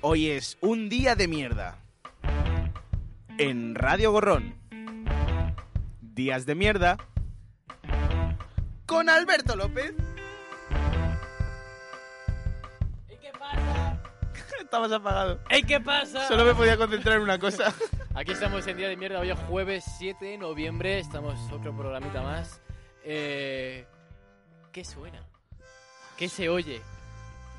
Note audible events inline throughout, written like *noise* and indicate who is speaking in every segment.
Speaker 1: Hoy es un día de mierda. En Radio Gorrón. Días de mierda. Con Alberto López. *laughs*
Speaker 2: ¿Y qué pasa?
Speaker 1: Estabas apagado.
Speaker 2: ¿Y qué pasa?
Speaker 1: Solo me podía concentrar en una cosa.
Speaker 2: Aquí estamos en Día de Mierda, hoy es jueves 7 de noviembre, estamos otro programita más. Eh, ¿Qué suena? ¿Qué se oye?
Speaker 1: *laughs*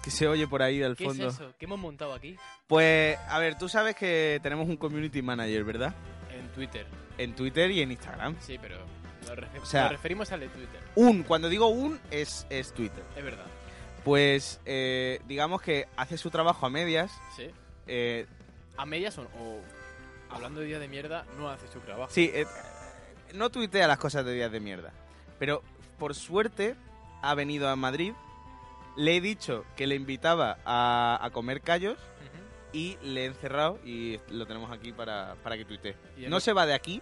Speaker 1: Que se oye por ahí del
Speaker 2: ¿Qué
Speaker 1: fondo.
Speaker 2: es eso? ¿Qué hemos montado aquí?
Speaker 1: Pues, a ver, tú sabes que tenemos un community manager, ¿verdad?
Speaker 2: En Twitter.
Speaker 1: En Twitter y en Instagram.
Speaker 2: Sí, pero nos, refe-
Speaker 1: O sea-
Speaker 2: nos referimos al de Twitter,
Speaker 1: Un, cuando digo un, es, es Twitter.
Speaker 2: es verdad.
Speaker 1: Pues, eh, digamos que hace su trabajo a medias.
Speaker 2: Sí.
Speaker 1: eh,
Speaker 2: A medias son- o hablando de Día de Mierda, no hace su trabajo.
Speaker 1: Sí, eh, no tuitea las cosas de días de mierda. Pero por suerte ha venido a Madrid. Le he dicho que le invitaba a, a comer callos
Speaker 2: Ujú.
Speaker 1: y le he encerrado y lo tenemos aquí para, para que tuitee.
Speaker 2: Y el
Speaker 1: No
Speaker 2: otro-
Speaker 1: se va de aquí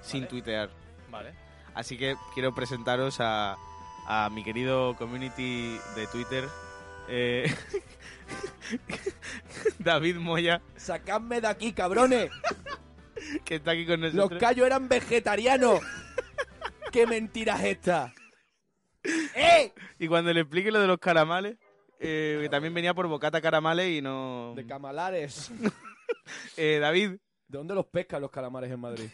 Speaker 1: sin
Speaker 2: Vale.
Speaker 1: tuitear.
Speaker 2: Vale.
Speaker 1: Así que quiero presentaros a, a mi querido community de Twitter, eh, *laughs* David Moya,
Speaker 3: Sacadme de aquí, cabrones.
Speaker 1: que está aquí con
Speaker 3: Los
Speaker 1: nosotros.
Speaker 3: callos eran vegetarianos. ¿Qué mentiras es esta? ¡Eh!
Speaker 1: Y cuando le explique lo de los caramales, eh, que también venía por bocata caramales y no...
Speaker 3: De camalares.
Speaker 1: Eh, David,
Speaker 3: ¿De dónde los pescan los calamares en Madrid?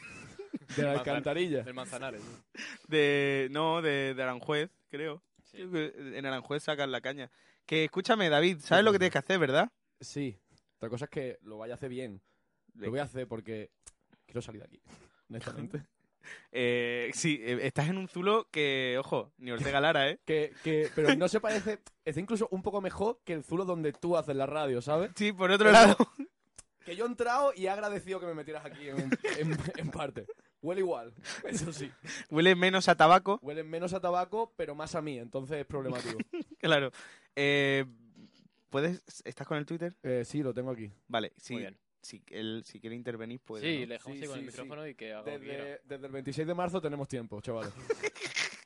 Speaker 3: De la
Speaker 2: Manzan-
Speaker 3: alcantarilla.
Speaker 2: Del Manzanares. ¿no?
Speaker 1: de... No, de, de Aranjuez, creo.
Speaker 2: Sí.
Speaker 1: Creo que En Aranjuez sacan la caña. Que escúchame, David, ¿sabes lo que tienes que hacer, verdad?
Speaker 3: Sí. Otra cosa es que lo vaya a hacer bien. Lo voy a hacer porque quiero salir de aquí. Honestamente.
Speaker 1: Eh, sí, eh, estás en un zulo que, ojo, ni Ortega Lara, ¿eh?
Speaker 3: Que, que, pero no se parece. Está incluso un poco mejor que el zulo donde tú haces la radio, ¿sabes?
Speaker 1: Sí, por otro lado. *laughs*
Speaker 3: Que yo he entrado y he agradecido que me metieras aquí en, en- en parte. Huele igual, eso sí.
Speaker 1: Huele menos a tabaco,
Speaker 3: Huelen menos a tabaco, pero más a mí, entonces es problemático.
Speaker 1: claro. Eh, ¿Puedes? ¿Estás con el Twitter?
Speaker 3: *laughs* Eh, sí, lo tengo aquí.
Speaker 1: Vale, sí.
Speaker 2: Muy bien.
Speaker 1: Si, él, si quiere intervenir, puede.
Speaker 2: sí,
Speaker 1: ¿no?
Speaker 2: le dejamos
Speaker 3: Sí,
Speaker 2: ahí con
Speaker 3: sí,
Speaker 2: el micrófono y que haga lo que quiera.
Speaker 3: Desde, desde el 26 de marzo tenemos tiempo,
Speaker 2: *laughs*
Speaker 3: chavales.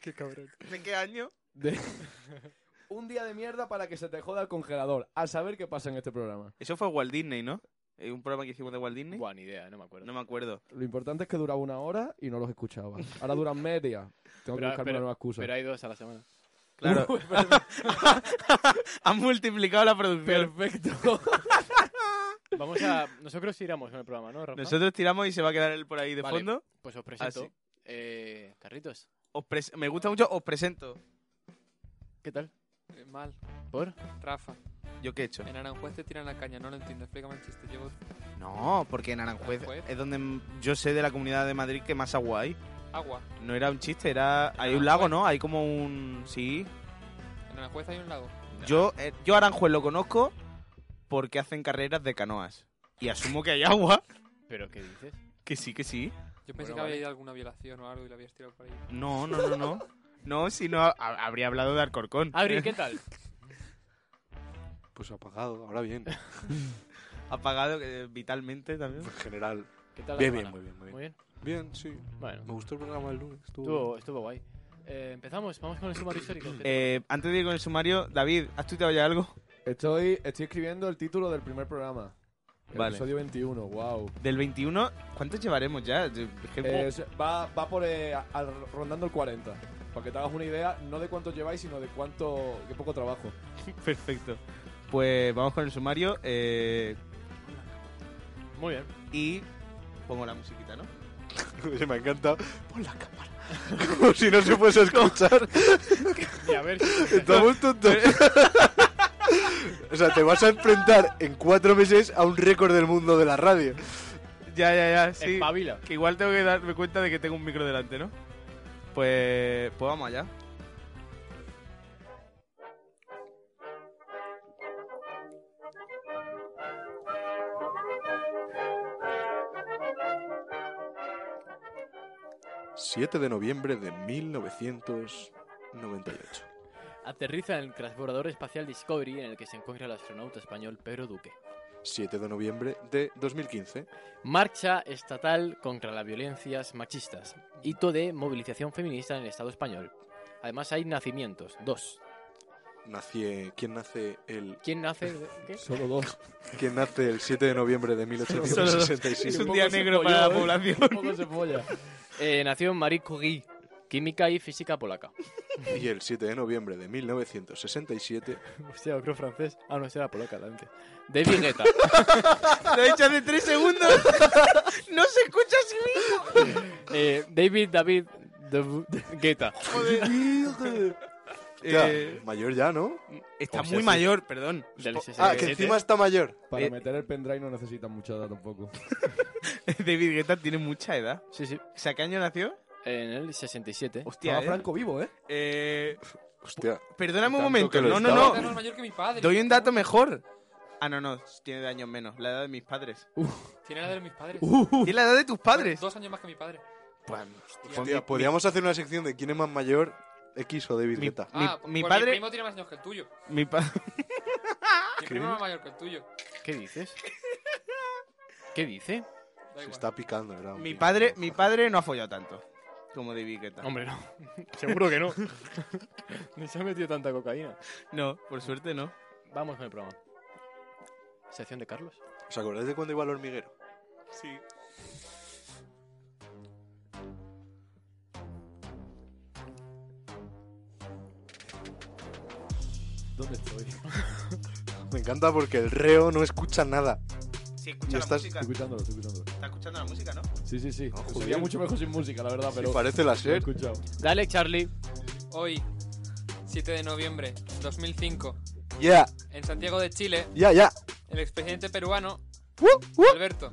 Speaker 2: Qué cabrón.
Speaker 1: ¿De qué año?
Speaker 3: De- Un día de mierda para que se te joda el congelador. A saber qué pasa en este programa.
Speaker 1: Eso fue Walt Disney, ¿no? Eh, un programa que hicimos de Walt Disney.
Speaker 2: Buena idea, no me acuerdo.
Speaker 1: No me acuerdo.
Speaker 3: Lo importante es que duraba una hora y no los escuchaba. Ahora duran media. Tengo que
Speaker 2: Pero-
Speaker 3: buscarme
Speaker 2: pero-
Speaker 3: una nueva excusa.
Speaker 2: Pero hay dos a la semana.
Speaker 1: *laughs* Claro.
Speaker 3: Uy, per-
Speaker 1: Han multiplicado la producción.
Speaker 4: *laughs*
Speaker 3: perfecto.
Speaker 2: Vamos a. Nosotros tiramos con el programa, ¿no, Rafa?
Speaker 1: Nosotros tiramos y se va a quedar él por ahí de
Speaker 2: Vale.
Speaker 1: fondo.
Speaker 2: Pues os presento.
Speaker 1: Ah, sí.
Speaker 2: eh, Carritos,
Speaker 1: Os pres- me gusta mucho, os presento.
Speaker 2: ¿qué tal?
Speaker 5: Eh, Mal,
Speaker 2: ¿Por?
Speaker 5: Rafa.
Speaker 1: ¿Yo qué he hecho?
Speaker 5: En Aranjuez te tiran la caña, no lo entiendo. Explícame el chiste. Llevo
Speaker 1: No, porque en Aranjuez
Speaker 5: Aranjuez.
Speaker 1: es donde m- yo sé de la comunidad de Madrid que más agua hay.
Speaker 5: agua.
Speaker 1: No era un chiste, era. Hay un
Speaker 5: Aranjuez?
Speaker 1: lago, ¿no? Hay como un. Sí.
Speaker 5: En Aranjuez hay un lago.
Speaker 1: Yo, eh, yo Aranjuez lo conozco porque hacen carreras de canoas. Y asumo que hay agua.
Speaker 2: ¿Pero qué dices?
Speaker 1: Que sí, que sí.
Speaker 5: Yo pensé
Speaker 2: Bueno,
Speaker 5: que
Speaker 2: vale.
Speaker 5: había ido a alguna violación o algo y la habías tirado por ahí.
Speaker 1: No, no, no, no. No, si no, ha- habría hablado de Alcorcón.
Speaker 2: Abril, ¿qué tal?
Speaker 4: Pues apagado,
Speaker 2: *laughs*
Speaker 4: ahora bien.
Speaker 1: Apagado eh, vitalmente también.
Speaker 4: En general.
Speaker 2: ¿Qué tal la
Speaker 4: Bien,
Speaker 2: semana?
Speaker 4: bien, muy bien, muy
Speaker 2: Muy
Speaker 4: bien.
Speaker 2: bien.
Speaker 4: Bien, sí. Me
Speaker 2: Bueno,
Speaker 4: gustó el programa del lunes. estuvo
Speaker 2: estuvo, estuvo guay. Eh, empezamos, vamos con el sumario histórico. ¿Qué te-
Speaker 1: Eh, antes de ir con el sumario, David, ¿has tuiteado ya algo?
Speaker 3: Estoy, estoy escribiendo el título del primer programa. El
Speaker 1: Vale.
Speaker 3: Episodio 21, wow.
Speaker 1: Del 21, ¿cuántos llevaremos ya? Yo- es que-
Speaker 3: Es- Eh, va, va por eh, a- al- rondando el 40. Para que te hagas una idea, no de cuánto lleváis, sino de cuánto. qué poco trabajo.
Speaker 2: *laughs*
Speaker 1: Perfecto. Pues vamos con el sumario eh,
Speaker 2: Muy bien.
Speaker 1: y pongo la musiquita, ¿no?
Speaker 4: bien. *laughs* Se me ha encantado. Pon la
Speaker 2: *laughs*
Speaker 4: cámara. Como si no se fuese a escuchar.
Speaker 2: Y a ver
Speaker 4: *laughs*
Speaker 2: si-
Speaker 4: Estamos tontos.
Speaker 2: Eh.
Speaker 4: *laughs* o sea, te vas a enfrentar en cuatro meses a un récord del mundo de la radio.
Speaker 1: Ya, ya, ya, sí.
Speaker 2: Espabila.
Speaker 1: Que igual tengo que darme cuenta de que tengo un micro delante, ¿no? Pues, pues vamos allá.
Speaker 4: Pabila. 7 de noviembre de 1998.
Speaker 2: Aterriza en el transbordador espacial Discovery en el que se encuentra el astronauta español Pedro Duque.
Speaker 4: 7 de noviembre de 2015.
Speaker 2: Marcha estatal contra las violencias machistas. Hito de movilización feminista en el Estado español. Además hay nacimientos, dos.
Speaker 4: nací, ¿quién nace el
Speaker 2: ¿Quién *laughs* nace? de- ¿Qué?
Speaker 6: Solo dos.
Speaker 4: ¿Quién nace el 7 de noviembre de
Speaker 1: Es
Speaker 4: 1867?
Speaker 1: un día
Speaker 6: se
Speaker 1: negro
Speaker 6: folló,
Speaker 1: para
Speaker 6: ¿eh?
Speaker 1: la población.
Speaker 6: Poco se folla.
Speaker 2: Eh, nació Marie Curie, química y física polaca.
Speaker 4: Y el 7 de noviembre de 1967.
Speaker 2: *laughs* Hostia, creo francés. Ah, no, será polaca, Dante. David *laughs* Guetta.
Speaker 1: *laughs* Lo he hecho hace tres segundos. *laughs* No se escucha así mismo.
Speaker 2: Eh, David, David, Dav- *laughs* Guetta.
Speaker 1: *laughs*
Speaker 4: Ya,
Speaker 1: Eh,
Speaker 4: mayor ya, ¿no?
Speaker 1: está
Speaker 2: O sea,
Speaker 1: muy
Speaker 2: sí.
Speaker 1: mayor, perdón. *laughs*
Speaker 2: Del
Speaker 4: Ah, que
Speaker 2: 67.
Speaker 4: encima está mayor.
Speaker 6: Para
Speaker 1: Eh,
Speaker 6: meter el pendrive no necesitas mucha edad tampoco.
Speaker 1: David Guetta tiene mucha edad.
Speaker 2: Sí, sí.
Speaker 1: O sea, ¿qué año nació?
Speaker 2: En el 67.
Speaker 1: Hostia,
Speaker 6: Estaba
Speaker 1: eh.
Speaker 6: Franco vivo, ¿eh?
Speaker 1: Eh,
Speaker 4: Hostia.
Speaker 1: perdóname un
Speaker 4: Tanto
Speaker 1: momento.
Speaker 4: que lo
Speaker 1: No, no,
Speaker 4: estaba.
Speaker 5: Era
Speaker 1: no.
Speaker 5: más mayor que mi padre.
Speaker 1: Doy un dato mejor. Ah, no, no. Tiene años menos. La edad de mis padres.
Speaker 5: Tiene la edad de mis padres.
Speaker 1: Tiene la edad de tus Uh, padres.
Speaker 5: Dos años más que mi padre.
Speaker 4: Hostia, podríamos hacer una sección de quién es más mayor, X o David
Speaker 1: Mi-
Speaker 4: Guetta.
Speaker 1: Mi-
Speaker 5: Ah,
Speaker 1: mi
Speaker 5: pues
Speaker 1: padre-
Speaker 5: Mi primo tiene más años que el tuyo.
Speaker 1: Mi pa-
Speaker 5: Mi primo es más mayor que el tuyo.
Speaker 2: ¿Qué dices? ¿Qué dice?
Speaker 5: Da
Speaker 4: Se
Speaker 5: igual.
Speaker 4: está picando, era un
Speaker 1: mi
Speaker 4: tío.
Speaker 1: padre, mi padre no ha follado tanto como David Guetta.
Speaker 2: Hombre, no. *laughs* Seguro *laughs* que no. Ni se ha metido tanta cocaína.
Speaker 1: No, por suerte no.
Speaker 2: Vamos con el programa. Sección de Carlos.
Speaker 4: ¿Os acordáis de cuando iba al hormiguero?
Speaker 1: Sí.
Speaker 6: ¿Dónde estoy?
Speaker 4: Me encanta porque el reo no escucha nada.
Speaker 1: Sí,
Speaker 4: Y
Speaker 1: escucha la
Speaker 4: estás-
Speaker 1: música.
Speaker 6: Estoy escuchándolo, estoy escuchándolo.
Speaker 1: Está escuchando la música, ¿no?
Speaker 6: Sí, sí, sí.
Speaker 4: Ah,
Speaker 6: Sería
Speaker 4: joder.
Speaker 6: mucho mejor sin música, la verdad,
Speaker 4: Sí,
Speaker 6: pero.
Speaker 4: parece la
Speaker 6: lo he
Speaker 4: ser.
Speaker 6: escuchado.
Speaker 2: Dale, Charlie.
Speaker 5: Hoy, 7 de noviembre 2005,
Speaker 4: Ya,
Speaker 5: en Santiago de Chile,
Speaker 4: ya, ya.
Speaker 5: el expresidente peruano
Speaker 1: Uh,
Speaker 5: Alberto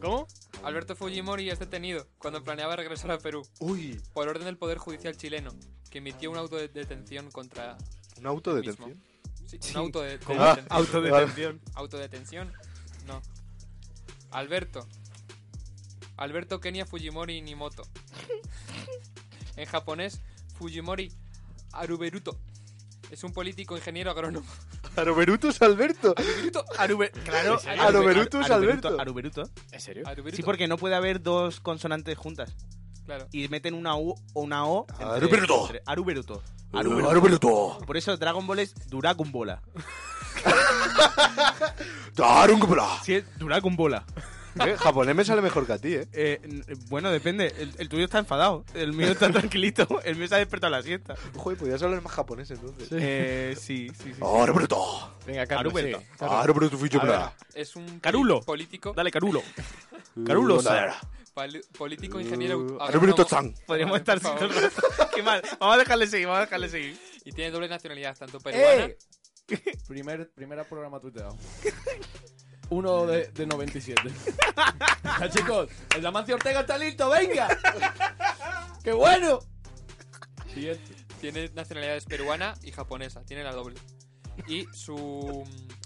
Speaker 2: ¿Cómo?
Speaker 5: Alberto Fujimori es detenido cuando planeaba regresar a Perú
Speaker 4: Uy,
Speaker 5: por orden del Poder Judicial chileno, que emitió un auto de detención contra...
Speaker 4: un auto de detención.
Speaker 5: Sí, un auto de, de
Speaker 4: ¿Cómo? Ah.
Speaker 5: detención.
Speaker 1: Autodetención.
Speaker 5: Autodetención. No. Alberto. Alberto Kenia Fujimori Nimoto. en japonés, Fujimori Aruberuto. Es un político ingeniero agrónomo.
Speaker 4: Aroberutus Alberto.
Speaker 5: Aruberuto.
Speaker 1: Arube- claro,
Speaker 2: Sí, sí.
Speaker 1: Arube-
Speaker 4: Aroberutus,
Speaker 1: Ar-
Speaker 4: Alberto.
Speaker 1: Aroberuto.
Speaker 2: ¿En serio?
Speaker 6: Ah,
Speaker 5: Aruberuto.
Speaker 1: Sí, porque no puede haber dos consonantes juntas.
Speaker 5: Claro.
Speaker 1: Y meten una U o una O. entre-
Speaker 4: Aroberuto.
Speaker 1: entre- Aroberuto. Aroberuto.
Speaker 4: Aroberuto.
Speaker 1: Por eso Dragon Ball es Dragon Bola.
Speaker 4: Tarungbra.
Speaker 1: Sí, es Dragon Bola.
Speaker 4: Eh, Japonés me sale mejor que a ti, eh.
Speaker 1: Eh, n- bueno, depende. El, el tuyo está enfadado. El mío está tranquilito. El mío se ha despertado a la siesta.
Speaker 4: Joder, podías hablar más japonés entonces.
Speaker 1: Eh, sí, sí,
Speaker 4: Oh,
Speaker 1: sí.
Speaker 4: Aroberuto.
Speaker 2: Venga, Carlos.
Speaker 1: Aruberto.
Speaker 2: sigue.
Speaker 4: Aroberuto Fujimura.
Speaker 5: Es un poli-
Speaker 1: Carulo.
Speaker 5: político.
Speaker 1: Dale, Carulo. Carulo,
Speaker 4: Una
Speaker 1: sal.
Speaker 4: era.
Speaker 5: pali- político ingeniero
Speaker 4: Uh,
Speaker 5: agrónomo.
Speaker 4: Aroberuto Chan.
Speaker 1: Podríamos
Speaker 5: Por
Speaker 1: estar sin
Speaker 5: favor.
Speaker 1: el rato. Qué mal. Vamos a dejarle seguir, vamos a dejarle seguir.
Speaker 5: Y tiene doble nacionalidad, tanto peruana.
Speaker 6: ¡Eh! Primer, primer programa tuiteado. Uno de, de 97. Ya, chicos, el Damancio Ortega está listo, venga. ¡Qué bueno! Siguiente.
Speaker 5: Tiene nacionalidades peruana y japonesa, tiene la doble. Y su,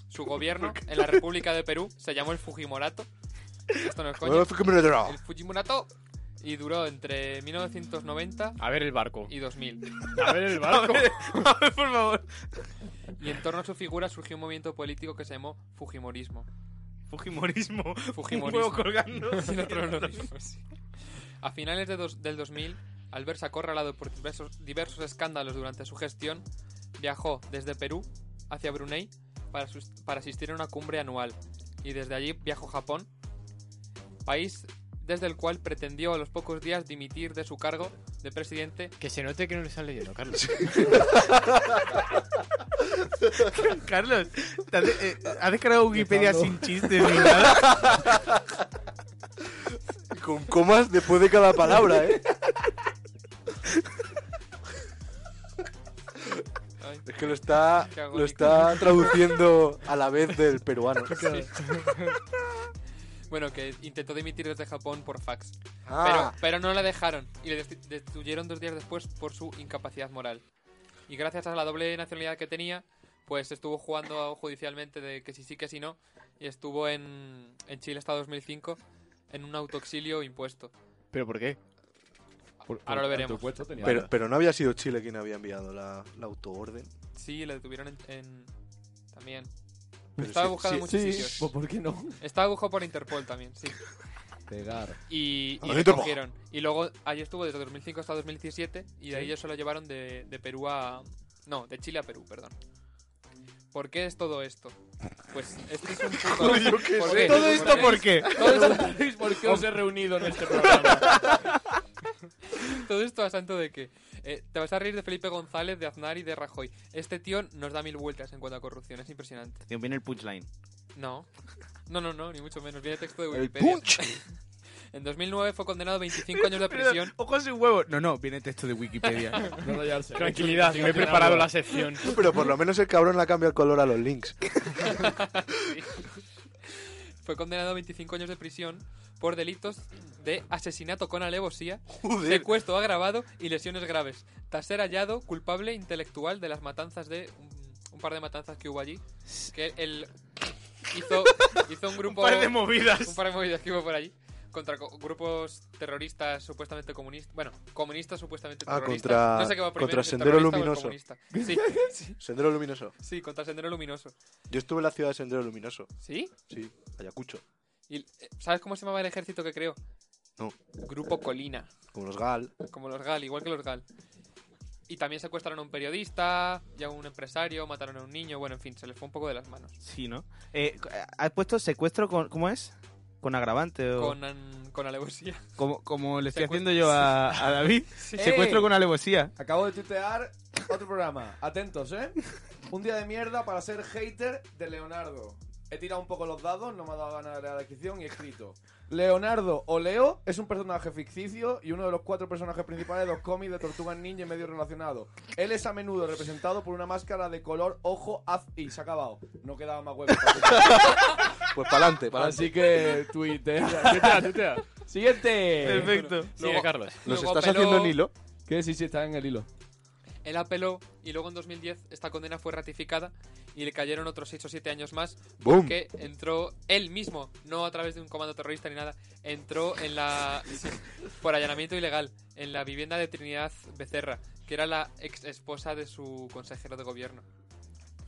Speaker 5: su gobierno en la República de Perú se llamó el Fujimorato. Esto no es coño.
Speaker 4: Aroberuto Fujimura.
Speaker 5: El Fujimorato y duró entre 1990
Speaker 2: A ver el barco.
Speaker 5: y 2000.
Speaker 2: A ver el
Speaker 1: A ver, *laughs* a ver, por favor.
Speaker 5: Y en torno a su figura surgió un movimiento político que se llamó Fujimorismo.
Speaker 1: Fujimorismo. Un
Speaker 5: Fujimorismo.
Speaker 1: huevo colgando. *laughs*
Speaker 5: *laughs* Sí, no, pero no lo mismo, sí. A finales de dos- del 2000, al verse acorralado por diversos, diversos escándalos durante su gestión, viajó desde Perú hacia Brunei para, sus- para asistir a una cumbre anual y desde allí viajó a Japón, país desde el cual pretendió a los pocos días dimitir de su cargo de presidente.
Speaker 2: Que se note que no lo están leyendo, Carlos.
Speaker 1: Carlos, ¿te has, eh, has descargado Wikipedia
Speaker 6: Dejando.
Speaker 1: sin chistes ni nada?
Speaker 4: *laughs* Con comas después de cada palabra, eh.
Speaker 5: Ay,
Speaker 4: Es que lo está,
Speaker 5: Qué agónico.
Speaker 4: lo está traduciendo a la vez
Speaker 5: *laughs*
Speaker 4: del peruano.
Speaker 5: Bueno, que intentó dimitir desde Japón por fax. Pero,
Speaker 4: Ah,
Speaker 5: pero no la dejaron y le desti- destituyeron dos días después por su incapacidad moral. Y gracias a la doble nacionalidad que tenía, pues estuvo jugando judicialmente de que si sí, que si no. Y estuvo en, en Chile hasta 2005 en un autoexilio impuesto.
Speaker 2: ¿Pero por qué?
Speaker 6: Por-
Speaker 5: Ahora lo
Speaker 6: por
Speaker 5: veremos.
Speaker 6: tu puesto tenía-
Speaker 4: pero, pero, no había sido Chile quien había enviado la, la autoorden.
Speaker 5: Sí, le detuvieron en... en- también.
Speaker 4: Pero
Speaker 5: Estaba
Speaker 4: sí,
Speaker 5: buscado en
Speaker 4: sí.
Speaker 5: muchos
Speaker 6: Sí,
Speaker 5: sitios.
Speaker 6: pues ¿por qué no?
Speaker 5: Estaba buscado por Interpol también, sí.
Speaker 6: Pegar.
Speaker 5: Y, y
Speaker 4: Ahí
Speaker 5: le
Speaker 4: te
Speaker 5: cogieron. Y luego allí estuvo desde 2005 hasta 2017 y de ahí ellos se lo llevaron de, de Perú a, No, de Chile a Perú, perdón. ¿Por qué es todo esto? Pues este es un puto...
Speaker 4: yo qué
Speaker 5: ¿Por
Speaker 4: sé.
Speaker 5: qué?
Speaker 1: ¿Todo esto por qué?
Speaker 5: Todo esto-
Speaker 6: ¿Sabéis *laughs* por qué os he reunido en este programa?
Speaker 5: Todo esto a santo de que eh, te vas a reír de Felipe González, de Aznar y de Rajoy. Este tío nos da mil vueltas en cuanto a corrupción, es impresionante.
Speaker 1: Tío, viene el punchline.
Speaker 5: No, no, no, no, ni mucho menos. Viene texto de
Speaker 4: El
Speaker 5: Wikipedia.
Speaker 4: punch. *laughs*
Speaker 5: En 2009 fue condenado a 25 años de prisión.
Speaker 1: Ojo sin huevo. No, no, viene texto de Wikipedia. *laughs*
Speaker 6: No rayarse.
Speaker 2: Tranquilidad,
Speaker 6: Sigo
Speaker 2: me he
Speaker 6: tirando.
Speaker 2: preparado la sección.
Speaker 4: Pero por lo menos el cabrón le ha cambiado el color a
Speaker 5: *laughs*
Speaker 4: los links.
Speaker 5: Fue condenado a 25 años de prisión por delitos de asesinato con alevosía,
Speaker 4: Joder.
Speaker 5: secuestro agravado y lesiones graves. Tras ser hallado culpable intelectual de las matanzas de un, un par de matanzas que hubo allí, que él hizo,
Speaker 4: *laughs*
Speaker 5: hizo un grupo
Speaker 1: movidas.
Speaker 5: un par de movidas que hubo por allí contra co- grupos terroristas supuestamente comunistas, bueno, comunistas supuestamente
Speaker 4: Ah,
Speaker 5: terroristas.
Speaker 4: contra-
Speaker 5: no sé qué va primero,
Speaker 4: contra
Speaker 5: si
Speaker 4: Sendero
Speaker 5: terrorista o el
Speaker 4: Luminoso.
Speaker 5: comunista. Sí, sí, *laughs*
Speaker 4: Sendero Luminoso.
Speaker 5: sí, contra Sendero Luminoso.
Speaker 4: Yo estuve en la ciudad de Sendero Luminoso.
Speaker 5: ¿Sí?
Speaker 4: Sí, Ayacucho.
Speaker 5: Y, eh, ¿Sabes cómo se llamaba el ejército que creó?
Speaker 4: No.
Speaker 5: Grupo Colina,
Speaker 4: Como los Gal.
Speaker 5: como los GAL, igual que los GAL. Y también secuestraron a un periodista, ya un empresario, mataron a un niño, bueno, en fin, se les fue un poco de las manos.
Speaker 1: Sí, ¿no? Eh, ¿Has puesto secuestro con. ¿Cómo es? Con agravante o.
Speaker 5: Con, an- con alevosía. *laughs*
Speaker 1: Como, como le estoy
Speaker 5: Secuestro.
Speaker 1: haciendo yo a, a David. Secuestro
Speaker 6: ¡Eh!
Speaker 1: con alevosía.
Speaker 6: Acabo de tuitear otro programa. Atentos, ¿eh? Un día de mierda para ser hater de Leonardo. He tirado un poco los dados, no me ha dado ganas de la descripción y he escrito. Leonardo o Leo es un personaje ficticio y uno de los cuatro personajes principales de los cómics de Tortugas Ninja y medio relacionado. Él es a menudo representado por una máscara de color ojo haz y se ha acabado. No quedaba más huevo.
Speaker 4: Pues pa'lante,
Speaker 6: *laughs*
Speaker 4: pa'lante.
Speaker 6: Así que *laughs* tuitea.
Speaker 2: Tuitea, tuitea.
Speaker 3: Eh,
Speaker 6: Siguiente.
Speaker 1: Perfecto.
Speaker 2: Sigue,
Speaker 5: Luego-
Speaker 2: Carlos.
Speaker 4: ¿Nos
Speaker 5: Luego
Speaker 4: estás
Speaker 5: apeló-
Speaker 4: haciendo en hilo?
Speaker 6: Que sí, sí, está en el hilo.
Speaker 5: Él apeló y luego en 2010 esta condena fue ratificada y le cayeron otros 6 o 7 años más
Speaker 4: ¡Boom!
Speaker 5: que entró él mismo, no a través de un comando terrorista ni nada, entró en la *laughs* sí, por allanamiento ilegal en la vivienda de Trinidad Becerra, que era la ex esposa de su consejero de gobierno.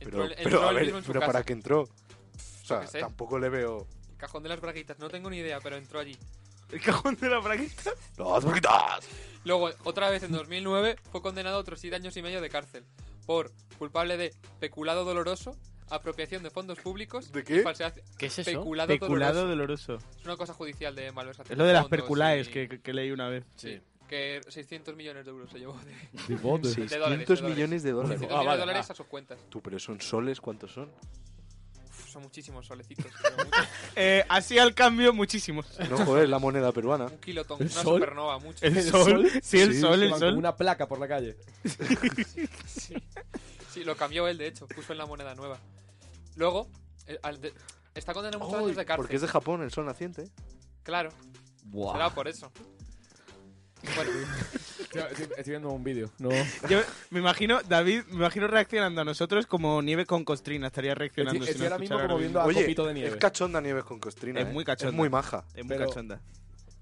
Speaker 4: Pero,
Speaker 5: él-
Speaker 4: pero a
Speaker 5: él
Speaker 4: ver,
Speaker 5: mismo en su
Speaker 4: pero
Speaker 5: casa.
Speaker 4: ¿para qué entró? O sea,
Speaker 5: qué sé.
Speaker 4: tampoco le veo...
Speaker 5: El cajón de las braguitas, no tengo ni idea, pero entró allí.
Speaker 1: El cajón de la braguita.
Speaker 4: ¡Las britas!
Speaker 5: Luego, otra vez en 2009, fue condenado a otros 7 años y medio de cárcel por culpable de peculado doloroso, apropiación de fondos públicos
Speaker 4: ¿De qué?
Speaker 5: y falsedad-
Speaker 2: ¿Qué es eso?
Speaker 5: Peculado,
Speaker 1: Peculado
Speaker 5: doloroso.
Speaker 1: doloroso.
Speaker 5: Es una cosa judicial de malversación.
Speaker 1: Es lo de las
Speaker 5: fondos
Speaker 1: perculaes
Speaker 5: y-
Speaker 1: que, que- que leí una vez.
Speaker 5: Sí. Que 600 millones de euros se llevó de,
Speaker 6: Divote.
Speaker 5: de dólares.
Speaker 4: 600 millones de dólares.
Speaker 5: 600
Speaker 6: Ah,
Speaker 5: millones
Speaker 6: vale,
Speaker 5: de dólares
Speaker 6: ah.
Speaker 5: a sus cuentas.
Speaker 4: Tú, pero son soles, ¿cuántos son?
Speaker 5: Uf, son muchísimos solecitos. *laughs* pero mucho.
Speaker 1: Eh, así al cambio,
Speaker 4: *laughs*
Speaker 1: muchísimos.
Speaker 4: No, joder, la
Speaker 5: *laughs*
Speaker 4: moneda peruana.
Speaker 5: Un kilotón,
Speaker 6: ¿El
Speaker 5: una
Speaker 6: sol?
Speaker 5: supernova, mucho.
Speaker 1: El, sol. Sí, el
Speaker 4: Sí,
Speaker 1: sol, el
Speaker 6: Van
Speaker 1: sol.
Speaker 6: con Una placa por la calle.
Speaker 5: Sí. Sí, lo cambió él, de hecho. Puso en la moneda nueva. Luego, eh, al de- está condenado a muchos años de cárcel.
Speaker 4: Porque es de Japón, el sol naciente. ¿eh?
Speaker 5: Claro, será por eso. Bueno,
Speaker 6: Estoy, estoy- estoy viendo un vídeo. No.
Speaker 1: Yo me imagino, David, me imagino reaccionando a nosotros como nieve con costrina. Estaría reaccionando
Speaker 6: Estoy,
Speaker 1: si
Speaker 6: estoy
Speaker 1: no
Speaker 6: ahora mismo
Speaker 1: escuchara
Speaker 6: como
Speaker 1: el-
Speaker 6: viendo a
Speaker 4: Oye,
Speaker 6: Copito de Nieve.
Speaker 4: es cachonda Nieves con Costrina.
Speaker 1: Es
Speaker 4: ¿eh?
Speaker 1: muy cachonda.
Speaker 4: Es muy maja.
Speaker 1: Es muy
Speaker 6: Pero-
Speaker 1: cachonda.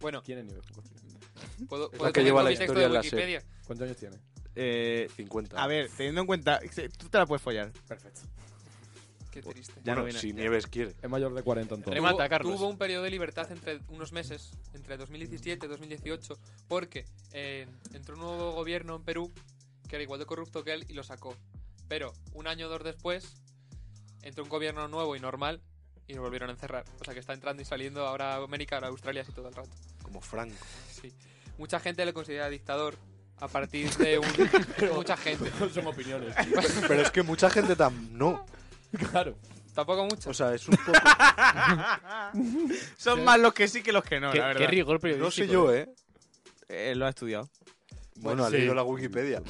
Speaker 5: bueno,
Speaker 6: ¿Quién es Nieve con Copito?
Speaker 5: puedo,
Speaker 4: la
Speaker 5: puedo
Speaker 4: que
Speaker 5: tener
Speaker 4: lleva
Speaker 5: mi
Speaker 4: la
Speaker 5: texto
Speaker 4: historia en
Speaker 5: de
Speaker 4: la serie.
Speaker 5: Wikipedia.
Speaker 6: ¿Cuántos años tiene?
Speaker 1: Eh,
Speaker 4: 50.
Speaker 1: a ver, teniendo en cuenta... Tú te la puedes follar.
Speaker 6: Perfecto.
Speaker 5: Qué triste.
Speaker 1: Ya no
Speaker 4: Bueno,
Speaker 1: viene-
Speaker 4: si
Speaker 1: ya.
Speaker 4: Nieves quiere.
Speaker 6: Es mayor de 40 entonces.
Speaker 2: Remata,
Speaker 5: tuvo,
Speaker 2: Carlos.
Speaker 5: Tuvo un periodo de libertad entre unos meses, entre 2017 y 2018, porque eh, entró un nuevo gobierno en Perú que era igual de corrupto que él y lo sacó. Pero un año o dos después entró un gobierno nuevo y normal y lo volvieron a encerrar. O sea que está entrando y saliendo ahora a América, ahora a Australia, así todo el rato.
Speaker 4: Como
Speaker 1: *laughs*
Speaker 4: Franco.
Speaker 5: Sí. Mucha gente le considera dictador a partir
Speaker 2: *laughs*
Speaker 5: de un... *laughs* mucha gente.
Speaker 6: Son
Speaker 3: *laughs*
Speaker 6: opiniones.
Speaker 4: Pero es que mucha gente tan. No.
Speaker 6: Claro.
Speaker 5: Tampoco mucha.
Speaker 4: O sea, es
Speaker 1: *laughs*
Speaker 4: un poco.
Speaker 1: Son más los que sí que los que no,
Speaker 2: ¿Qué,
Speaker 1: la verdad.
Speaker 2: qué rigor
Speaker 4: No
Speaker 2: periodístico.
Speaker 4: sé yo, ¿eh?
Speaker 1: Eh, lo ha estudiado.
Speaker 4: Bueno, ha
Speaker 2: Sí.
Speaker 4: leído la Wikipedia.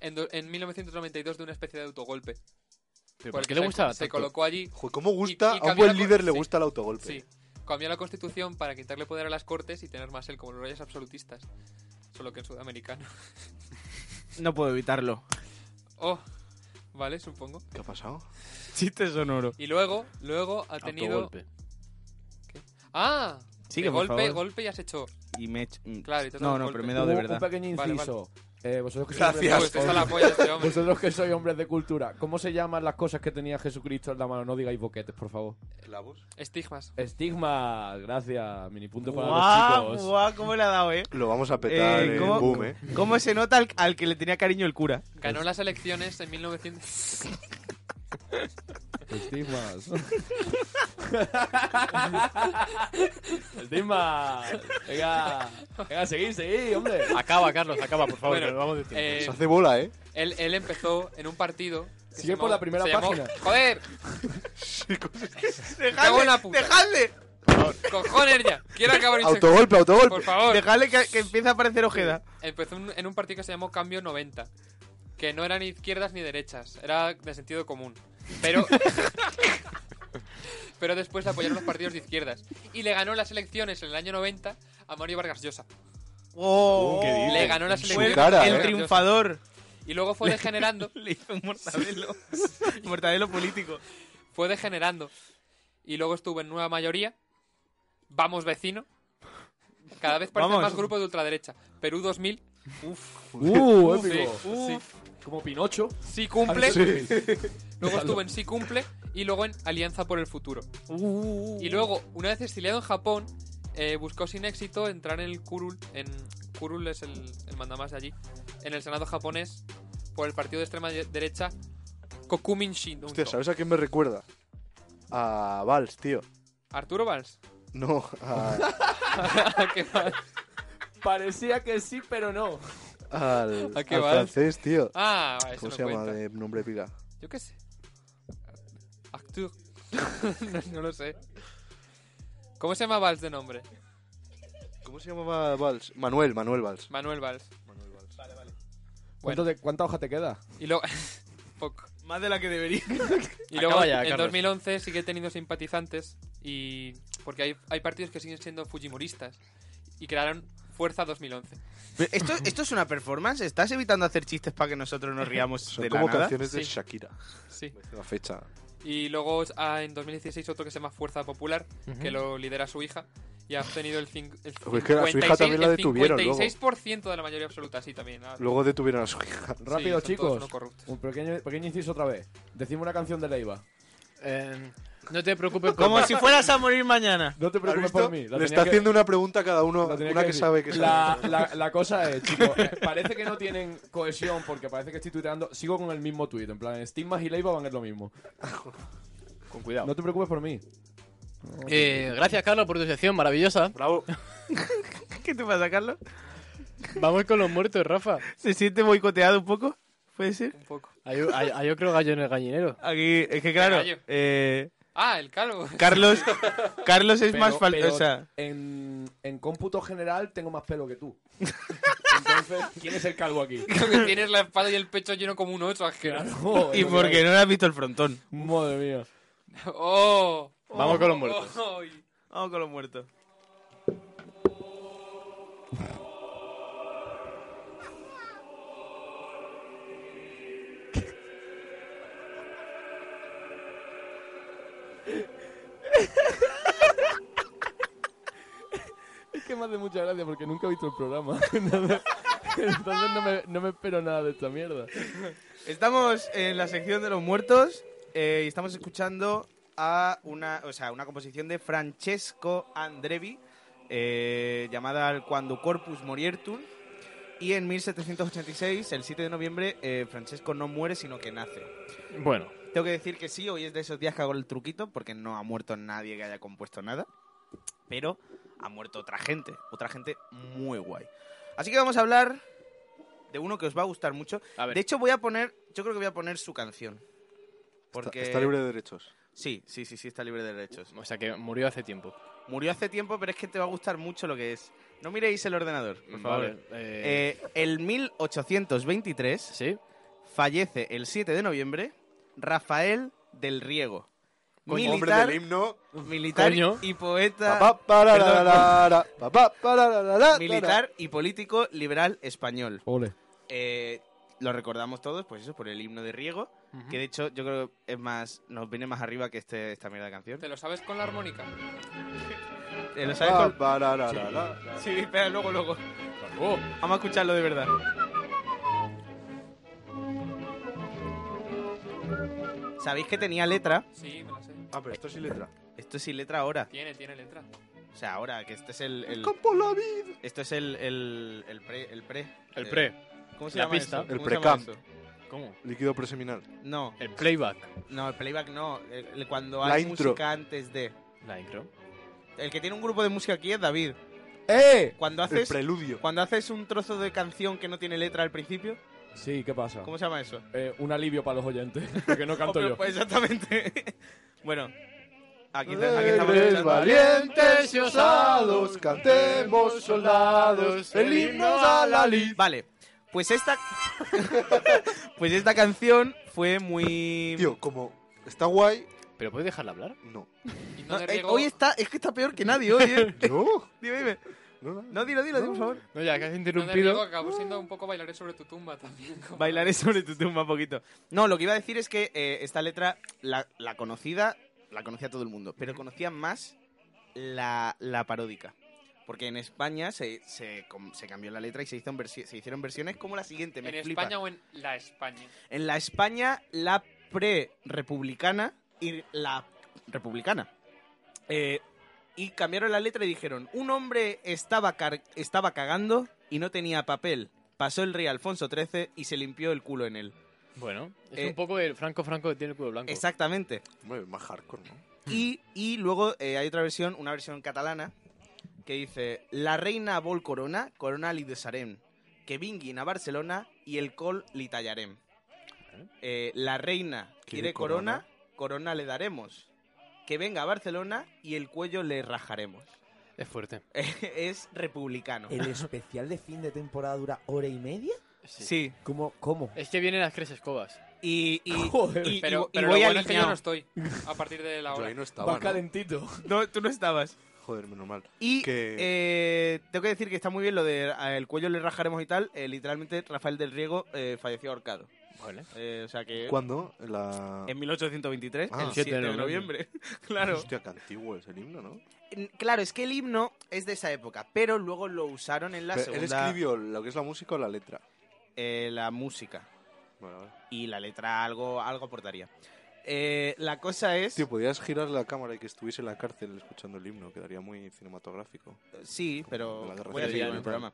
Speaker 5: En, do- en 1992 de una especie de autogolpe.
Speaker 2: ¿Pero
Speaker 5: Porque
Speaker 2: ¿Por qué le
Speaker 5: eh. se-
Speaker 2: gustaba
Speaker 5: Se
Speaker 2: tanto?
Speaker 5: colocó allí
Speaker 4: Joder, ¿Cómo gusta?
Speaker 5: Y- y
Speaker 4: a un
Speaker 5: cambió la
Speaker 4: buen
Speaker 5: co-
Speaker 4: líder le
Speaker 5: sí.
Speaker 4: gusta el autogolpe.
Speaker 5: Sí, cambió la constitución para quitarle poder a las cortes y tener más él como los reyes absolutistas. Solo que en sudamericano. *laughs*
Speaker 1: No puedo evitarlo.
Speaker 5: Oh, vale, supongo.
Speaker 4: ¿Qué ha pasado?
Speaker 1: *laughs* Chiste sonoro.
Speaker 5: Y luego, luego ha tenido.
Speaker 2: Autogolpe.
Speaker 5: ¡Ah!
Speaker 1: Sigue,
Speaker 5: De
Speaker 1: por
Speaker 5: golpe,
Speaker 1: favor.
Speaker 5: golpe y has hecho.
Speaker 1: Y me... he hecho- mm,
Speaker 5: Claro, y te has dado
Speaker 1: No,
Speaker 5: un
Speaker 1: no,
Speaker 5: golpe.
Speaker 1: pero me he dado de
Speaker 6: Hubo Un
Speaker 1: verdad.
Speaker 6: pequeño
Speaker 5: Vale,
Speaker 6: inciso.
Speaker 3: Eh, vosotros, que sois
Speaker 4: Gracias.
Speaker 5: Pues
Speaker 3: hombres
Speaker 5: está
Speaker 3: de-
Speaker 5: la polla
Speaker 1: *laughs*
Speaker 5: este hombre.
Speaker 3: vosotros que sois hombres de cultura, ¿cómo se llaman las cosas que tenía Jesucristo en la mano? No digáis boquetes, por favor.
Speaker 5: Estigmas.
Speaker 3: Estigmas, gracias. Mini punto para
Speaker 1: Guau,
Speaker 3: los chicos.
Speaker 1: guau, cómo le ha dado, eh.
Speaker 4: Lo vamos a petar
Speaker 1: Eh,
Speaker 4: en
Speaker 1: ¿cómo-
Speaker 4: boom, eh.
Speaker 1: ¿Cómo se nota al, al que le tenía cariño el cura?
Speaker 5: Ganó las elecciones
Speaker 1: *laughs*
Speaker 5: en 1900.
Speaker 3: Estigmas. Estigmas. Venga, venga, seguid, seguid, hombre.
Speaker 2: Acaba, Carlos, acaba, por favor,
Speaker 5: Bueno,
Speaker 2: que nos vamos de tiempo.
Speaker 5: Eh,
Speaker 4: Se hace bola, eh.
Speaker 5: él, él empezó en un partido. que
Speaker 3: Sigue
Speaker 5: se llamó-
Speaker 3: por la primera
Speaker 5: se llamó-
Speaker 3: página.
Speaker 5: ¡Joder! cago
Speaker 1: ¡Dejadle!
Speaker 5: en la puta.
Speaker 1: ¡Dejadle!
Speaker 5: ¡Cojones ya! Quiero acabar en sexto,
Speaker 4: Autogolpe,
Speaker 5: Por
Speaker 4: autogolpe.
Speaker 5: favor.
Speaker 1: Dejadle que, que empiece a aparecer Ojeda.
Speaker 5: Empezó un- en un partido que se llamó Cambio 90. Que no era ni izquierdas ni derechas. Era de sentido común. Pero. *laughs* pero después le apoyaron los partidos de izquierdas. Y le ganó las elecciones en el año 90 a Mario Vargas Llosa.
Speaker 1: ¡Oh!
Speaker 4: ¿qué dices?
Speaker 5: Le ganó las
Speaker 4: Su
Speaker 5: elecciones. a
Speaker 4: cara,
Speaker 1: el
Speaker 5: Vargas
Speaker 4: eh.
Speaker 5: Llosa.
Speaker 1: triunfador.
Speaker 5: Y luego fue degenerando.
Speaker 1: *laughs* Le hizo un mortadelo. *laughs* mortadelo político.
Speaker 5: fue degenerando. Y luego estuvo en Nueva Mayoría. Vamos, vecino. Cada vez parecen
Speaker 1: Vamos.
Speaker 5: más grupos de ultraderecha. Perú 2000.
Speaker 3: Uh,
Speaker 5: Sí,
Speaker 3: épico.
Speaker 5: sí,
Speaker 3: Como Pinocho.
Speaker 5: Sí cumple.
Speaker 4: Sí.
Speaker 5: Luego estuvo en Sí cumple. Y luego en Alianza por el Futuro.
Speaker 4: Uh.
Speaker 5: Y luego, una vez exiliado en Japón, eh, buscó sin éxito entrar en el Kurul. En, Kurul es el, el mandamás de allí. En el Senado japonés. Por el partido de extrema de- derecha. Kokumin Shinto.
Speaker 4: Hostia, ¿sabes a quién me recuerda? A Valls, tío.
Speaker 5: Arturo Valls. *laughs* Ah,
Speaker 4: No, a-
Speaker 5: Qué mal.
Speaker 3: Parecía que sí, pero no.
Speaker 4: al,
Speaker 5: *laughs* ¿A qué
Speaker 4: al
Speaker 5: Valls?
Speaker 4: francés, tío.
Speaker 5: ah, vale, eso
Speaker 4: ¿Cómo
Speaker 5: no
Speaker 4: se llama
Speaker 5: cuenta.
Speaker 4: de nombre pica?
Speaker 5: Yo qué sé. Actur. *laughs* no, no lo sé. ¿Cómo se llama Valls de nombre?
Speaker 4: ¿Cómo se llamaba Valls? Manuel, Manuel Valls.
Speaker 5: Manuel Valls.
Speaker 3: ¿Cuánto te- ¿Cuánta hoja te queda?
Speaker 5: Y luego. *laughs* Poco.
Speaker 1: Más de la que debería.
Speaker 5: Y
Speaker 2: Acaba
Speaker 5: luego
Speaker 2: ya,
Speaker 5: en
Speaker 2: Carlos.
Speaker 5: 2011 sigue teniendo simpatizantes. y Porque hay, hay partidos que siguen siendo fujimoristas. Y crearon Fuerza 2011.
Speaker 1: ¿Esto, esto es una performance. ¿Estás evitando hacer chistes para que nosotros nos riamos
Speaker 4: Son
Speaker 1: de la
Speaker 4: como
Speaker 1: nada?
Speaker 4: canciones de Pues
Speaker 5: Sí.
Speaker 4: Shakira.
Speaker 5: Sí.
Speaker 4: La fecha.
Speaker 5: Y luego ah, en 2016 otro que se llama Fuerza Popular, que lo lidera su hija. Y ha obtenido el, cin- el
Speaker 4: Pues que a su hija
Speaker 5: 56
Speaker 4: también la
Speaker 5: el
Speaker 4: detuvieron luego.
Speaker 5: 56% de la mayoría absoluta, sí, también. Ah,
Speaker 4: Luego detuvieron a su hija.
Speaker 5: sí,
Speaker 3: Rápido,
Speaker 5: son todos
Speaker 3: chicos.
Speaker 5: unos corruptos.
Speaker 3: Un pequeño, pequeño inciso otra vez. Decimos una canción de Leiva.
Speaker 2: Eh, no te preocupes, por-
Speaker 1: Como si fueras a morir mañana.
Speaker 3: No te
Speaker 4: ¿Has
Speaker 3: preocupes
Speaker 4: visto?
Speaker 3: por mí. la
Speaker 4: Le
Speaker 3: tenía
Speaker 4: está
Speaker 3: que-
Speaker 4: haciendo una pregunta a cada uno,
Speaker 3: la tenía
Speaker 4: una que,
Speaker 3: decir.
Speaker 4: sabe que sabe.
Speaker 3: La, la- la cosa
Speaker 4: *laughs*
Speaker 3: es, chicos, eh, parece que no tienen cohesión porque parece que estoy tuiteando. Sigo con el mismo tuit. En plan, Stigmas y Leiva van a es lo mismo.
Speaker 2: Con cuidado.
Speaker 3: No te preocupes por mí.
Speaker 2: Eh, gracias, Carlos, por tu sección maravillosa.
Speaker 4: Bravo.
Speaker 1: *laughs* ¿Qué te pasa, Carlos?
Speaker 2: Vamos con los muertos, Rafa.
Speaker 1: ¿Se siente boicoteado un poco? ¿Puede ser?
Speaker 5: Un poco.
Speaker 2: Hay, hay- hay otro gallo en el gallinero.
Speaker 1: Aquí, es que claro,
Speaker 5: Gallo.
Speaker 1: eh,
Speaker 5: Ah, el calvo. *laughs*
Speaker 3: *laughs*
Speaker 1: Carlos, Carlos es
Speaker 3: Pero-
Speaker 1: más faltosa.
Speaker 3: pero En, en cómputo general tengo más pelo que
Speaker 4: *laughs*
Speaker 3: tú. Entonces, ¿quién es el calvo aquí?
Speaker 5: Creo que tienes la espalda y el pecho lleno como un ocho, asqueroso.
Speaker 3: Claro,
Speaker 1: y
Speaker 3: es lo que
Speaker 1: porque
Speaker 3: hay.
Speaker 1: no le has visto el frontón.
Speaker 3: Madre mía.
Speaker 5: ¡Oh!
Speaker 2: Vamos con los muertos.
Speaker 5: Oh, y-
Speaker 1: Vamos con los muertos.
Speaker 3: Es que me hace mucha gracia porque nunca he visto el programa. *laughs* Entonces, entonces no, me, no me espero nada de esta mierda.
Speaker 1: Estamos en la sección de los muertos eh, y estamos escuchando a una, o sea, una composición de Francesco Andrevi eh, llamada Cuando Corpus Moriertum. Y en 1786, el 7 de noviembre, eh, Francesco no muere, sino que nace.
Speaker 2: Oh. Bueno,
Speaker 1: Tengo que decir que sí, hoy es de esos días que hago el truquito, porque no ha muerto nadie que haya compuesto nada. Pero ha muerto otra gente, otra gente muy guay. Así que vamos a hablar de uno que os va a gustar mucho.
Speaker 2: a ver.
Speaker 1: De hecho, voy a poner. Yo creo que voy a poner su canción. Porque.
Speaker 4: Está, está libre de derechos.
Speaker 1: Sí, sí, sí, sí, está libre de derechos.
Speaker 2: O sea que murió hace tiempo.
Speaker 1: Murió hace tiempo, pero es que te va a gustar mucho lo que es. No miréis el ordenador, por favor.
Speaker 2: Vale, eh,
Speaker 1: Eh, el 1823
Speaker 2: sí.
Speaker 1: fallece el 7 de noviembre Rafael del Riego.
Speaker 4: Coño,
Speaker 1: militar,
Speaker 4: himno.
Speaker 1: militar
Speaker 2: Coño.
Speaker 1: y poeta.
Speaker 4: Papá, para,
Speaker 1: Perdón,
Speaker 4: la, la, la, papá, para, la, la, la,
Speaker 1: Militar y político liberal español.
Speaker 3: Ole.
Speaker 1: Eh, lo recordamos todos, pues eso, por el himno de Riego. Que de hecho, yo creo que es más. Nos viene más arriba que este, esta mierda de canción.
Speaker 5: ¿Te lo sabes con la armónica?
Speaker 1: Eh, ¿Lo sabes
Speaker 4: Papá,
Speaker 1: cuál?
Speaker 4: para, la, la, la. Oh.
Speaker 1: Sí, espera, luego, luego. Vamos a escucharlo de verdad.
Speaker 4: Para,
Speaker 1: ¿Sabéis que tenía letra?
Speaker 5: Sí, me la sé.
Speaker 4: Ah, pero esto sí letra.
Speaker 1: Esto es sin letra ahora.
Speaker 5: Tiene, tiene letra.
Speaker 1: O sea, ahora, que este es el. el-
Speaker 4: Campo la vid.
Speaker 1: esto es el, el, el pre. El pre.
Speaker 2: El
Speaker 1: Eh,
Speaker 2: pre.
Speaker 1: ¿Cómo se
Speaker 2: La
Speaker 1: llama
Speaker 2: pista.
Speaker 1: eso?
Speaker 4: El
Speaker 1: ¿Cómo se
Speaker 4: precamp.
Speaker 1: llama eso?
Speaker 2: ¿Cómo?
Speaker 4: Líquido preseminal.
Speaker 1: No,
Speaker 2: El playback.
Speaker 1: no, el playback no. El- el- cuando
Speaker 4: La
Speaker 1: hay
Speaker 4: intro.
Speaker 1: música antes de.
Speaker 2: La intro.
Speaker 1: El que tiene un grupo de música aquí es David.
Speaker 6: ¡Eh!
Speaker 1: Cuando
Speaker 4: El
Speaker 1: haces,
Speaker 4: preludio.
Speaker 1: cuando haces un trozo de canción que no tiene letra al principio,
Speaker 6: Sí, ¿qué pasa?
Speaker 1: ¿cómo se llama eso?
Speaker 6: Eh, un alivio para los
Speaker 3: *laughs*
Speaker 6: oyentes, porque no
Speaker 1: Oh,
Speaker 6: canto
Speaker 1: pero,
Speaker 6: yo.
Speaker 1: pues exactamente. *laughs* bueno, aquí, te- aquí estamos
Speaker 4: Eres
Speaker 1: escuchando.
Speaker 4: valientes y osados, cantemos soldados, el himno a la lid.
Speaker 1: Vale, pues esta. *laughs* pues esta canción fue muy.
Speaker 4: Tío, como está guay,
Speaker 2: ¿Pero puedes dejarla hablar?
Speaker 4: no.
Speaker 5: Y no
Speaker 1: No,
Speaker 5: le
Speaker 1: eh,
Speaker 5: riego-
Speaker 1: hoy está. Es que está peor que nadie hoy,
Speaker 4: *laughs*
Speaker 1: eh.
Speaker 4: ¿Yo?
Speaker 1: dime, dime.
Speaker 4: No, no.
Speaker 1: No, dilo, dilo, dilo, por favor.
Speaker 2: No, ya, que has
Speaker 5: no le riego,
Speaker 2: interrumpido.
Speaker 5: acabo siendo un poco bailaré sobre tu tumba también. como-
Speaker 1: Bailaré sobre tu tumba un poquito. No, lo que iba a decir es que eh, esta letra, la, la conocida, la conocía todo el mundo, pero conocía más la, la paródica. Porque en España se, se, com- se cambió la letra y se, hizo en versi- se hicieron versiones como la siguiente. Me
Speaker 5: ¿En
Speaker 1: flipa.
Speaker 5: España o en la España?
Speaker 1: En la España, la pre-republicana y la republicana. Eh, y cambiaron la letra y dijeron, un hombre estaba, car- estaba cagando y no tenía papel. Pasó el rey Alfonso XIII y se limpió el culo en él.
Speaker 2: Bueno, es
Speaker 1: Eh,
Speaker 2: un poco el Franco Franco que tiene el culo blanco.
Speaker 1: Exactamente.
Speaker 4: Hombre, más hardcore, ¿no?
Speaker 1: Y, y luego eh, hay otra versión, una versión catalana, que dice La reina vol corona, corona li desarem, que vinguin a Barcelona y el col li tallarem. Eh, la reina quiere
Speaker 4: ¿Quiere
Speaker 1: corona,
Speaker 4: corona?
Speaker 1: corona, le daremos. Que venga a Barcelona y el cuello le rajaremos. *laughs*
Speaker 2: Es fuerte.
Speaker 1: es republicano.
Speaker 5: Eh,
Speaker 3: ¿El especial de fin de temporada dura hora y media?
Speaker 1: Sí.
Speaker 3: ¿Cómo? *laughs* ¿Cómo?
Speaker 2: Es que vienen las tres escobas.
Speaker 1: Y,
Speaker 5: *laughs*
Speaker 1: y-
Speaker 6: Joder,
Speaker 1: y- y-
Speaker 5: Pero,
Speaker 1: y
Speaker 5: pero
Speaker 1: voy
Speaker 5: lo
Speaker 1: a
Speaker 5: bueno es que yo no
Speaker 1: alinear.
Speaker 5: estoy a partir de la
Speaker 4: Yo
Speaker 5: hora.
Speaker 4: ahí no
Speaker 6: va
Speaker 4: estaba, ¿no?
Speaker 6: calentito.
Speaker 1: No, tú no estabas.
Speaker 4: Joder, menos mal.
Speaker 1: Y
Speaker 4: Que-
Speaker 1: eh, tengo que decir que está muy bien lo de eh, el cuello le rajaremos y tal. eh, literalmente, Rafael del Riego eh, falleció ahorcado.
Speaker 2: Vale.
Speaker 1: Eh, o sea que.
Speaker 4: ¿Cuándo? La...
Speaker 1: En 1823,
Speaker 4: Ah.
Speaker 1: el 7 de noviembre. *laughs* claro.
Speaker 4: Hostia, que antiguo es el himno, ¿no?
Speaker 1: N- Claro, es que el himno es de esa época, pero luego lo usaron en la
Speaker 4: Pero Él
Speaker 1: segunda.
Speaker 4: escribió lo que es la música o la letra.
Speaker 1: eh, la música.
Speaker 4: Bueno, vale.
Speaker 1: Y la letra algo, algo aportaría. Eh, la cosa es.
Speaker 4: Tío, podías girar la cámara y que estuviese en la cárcel escuchando el himno, quedaría muy cinematográfico.
Speaker 1: Sí, pero.
Speaker 4: La guerra
Speaker 1: Voy a
Speaker 4: civil,
Speaker 1: seguir con el
Speaker 4: ¿no?
Speaker 1: programa.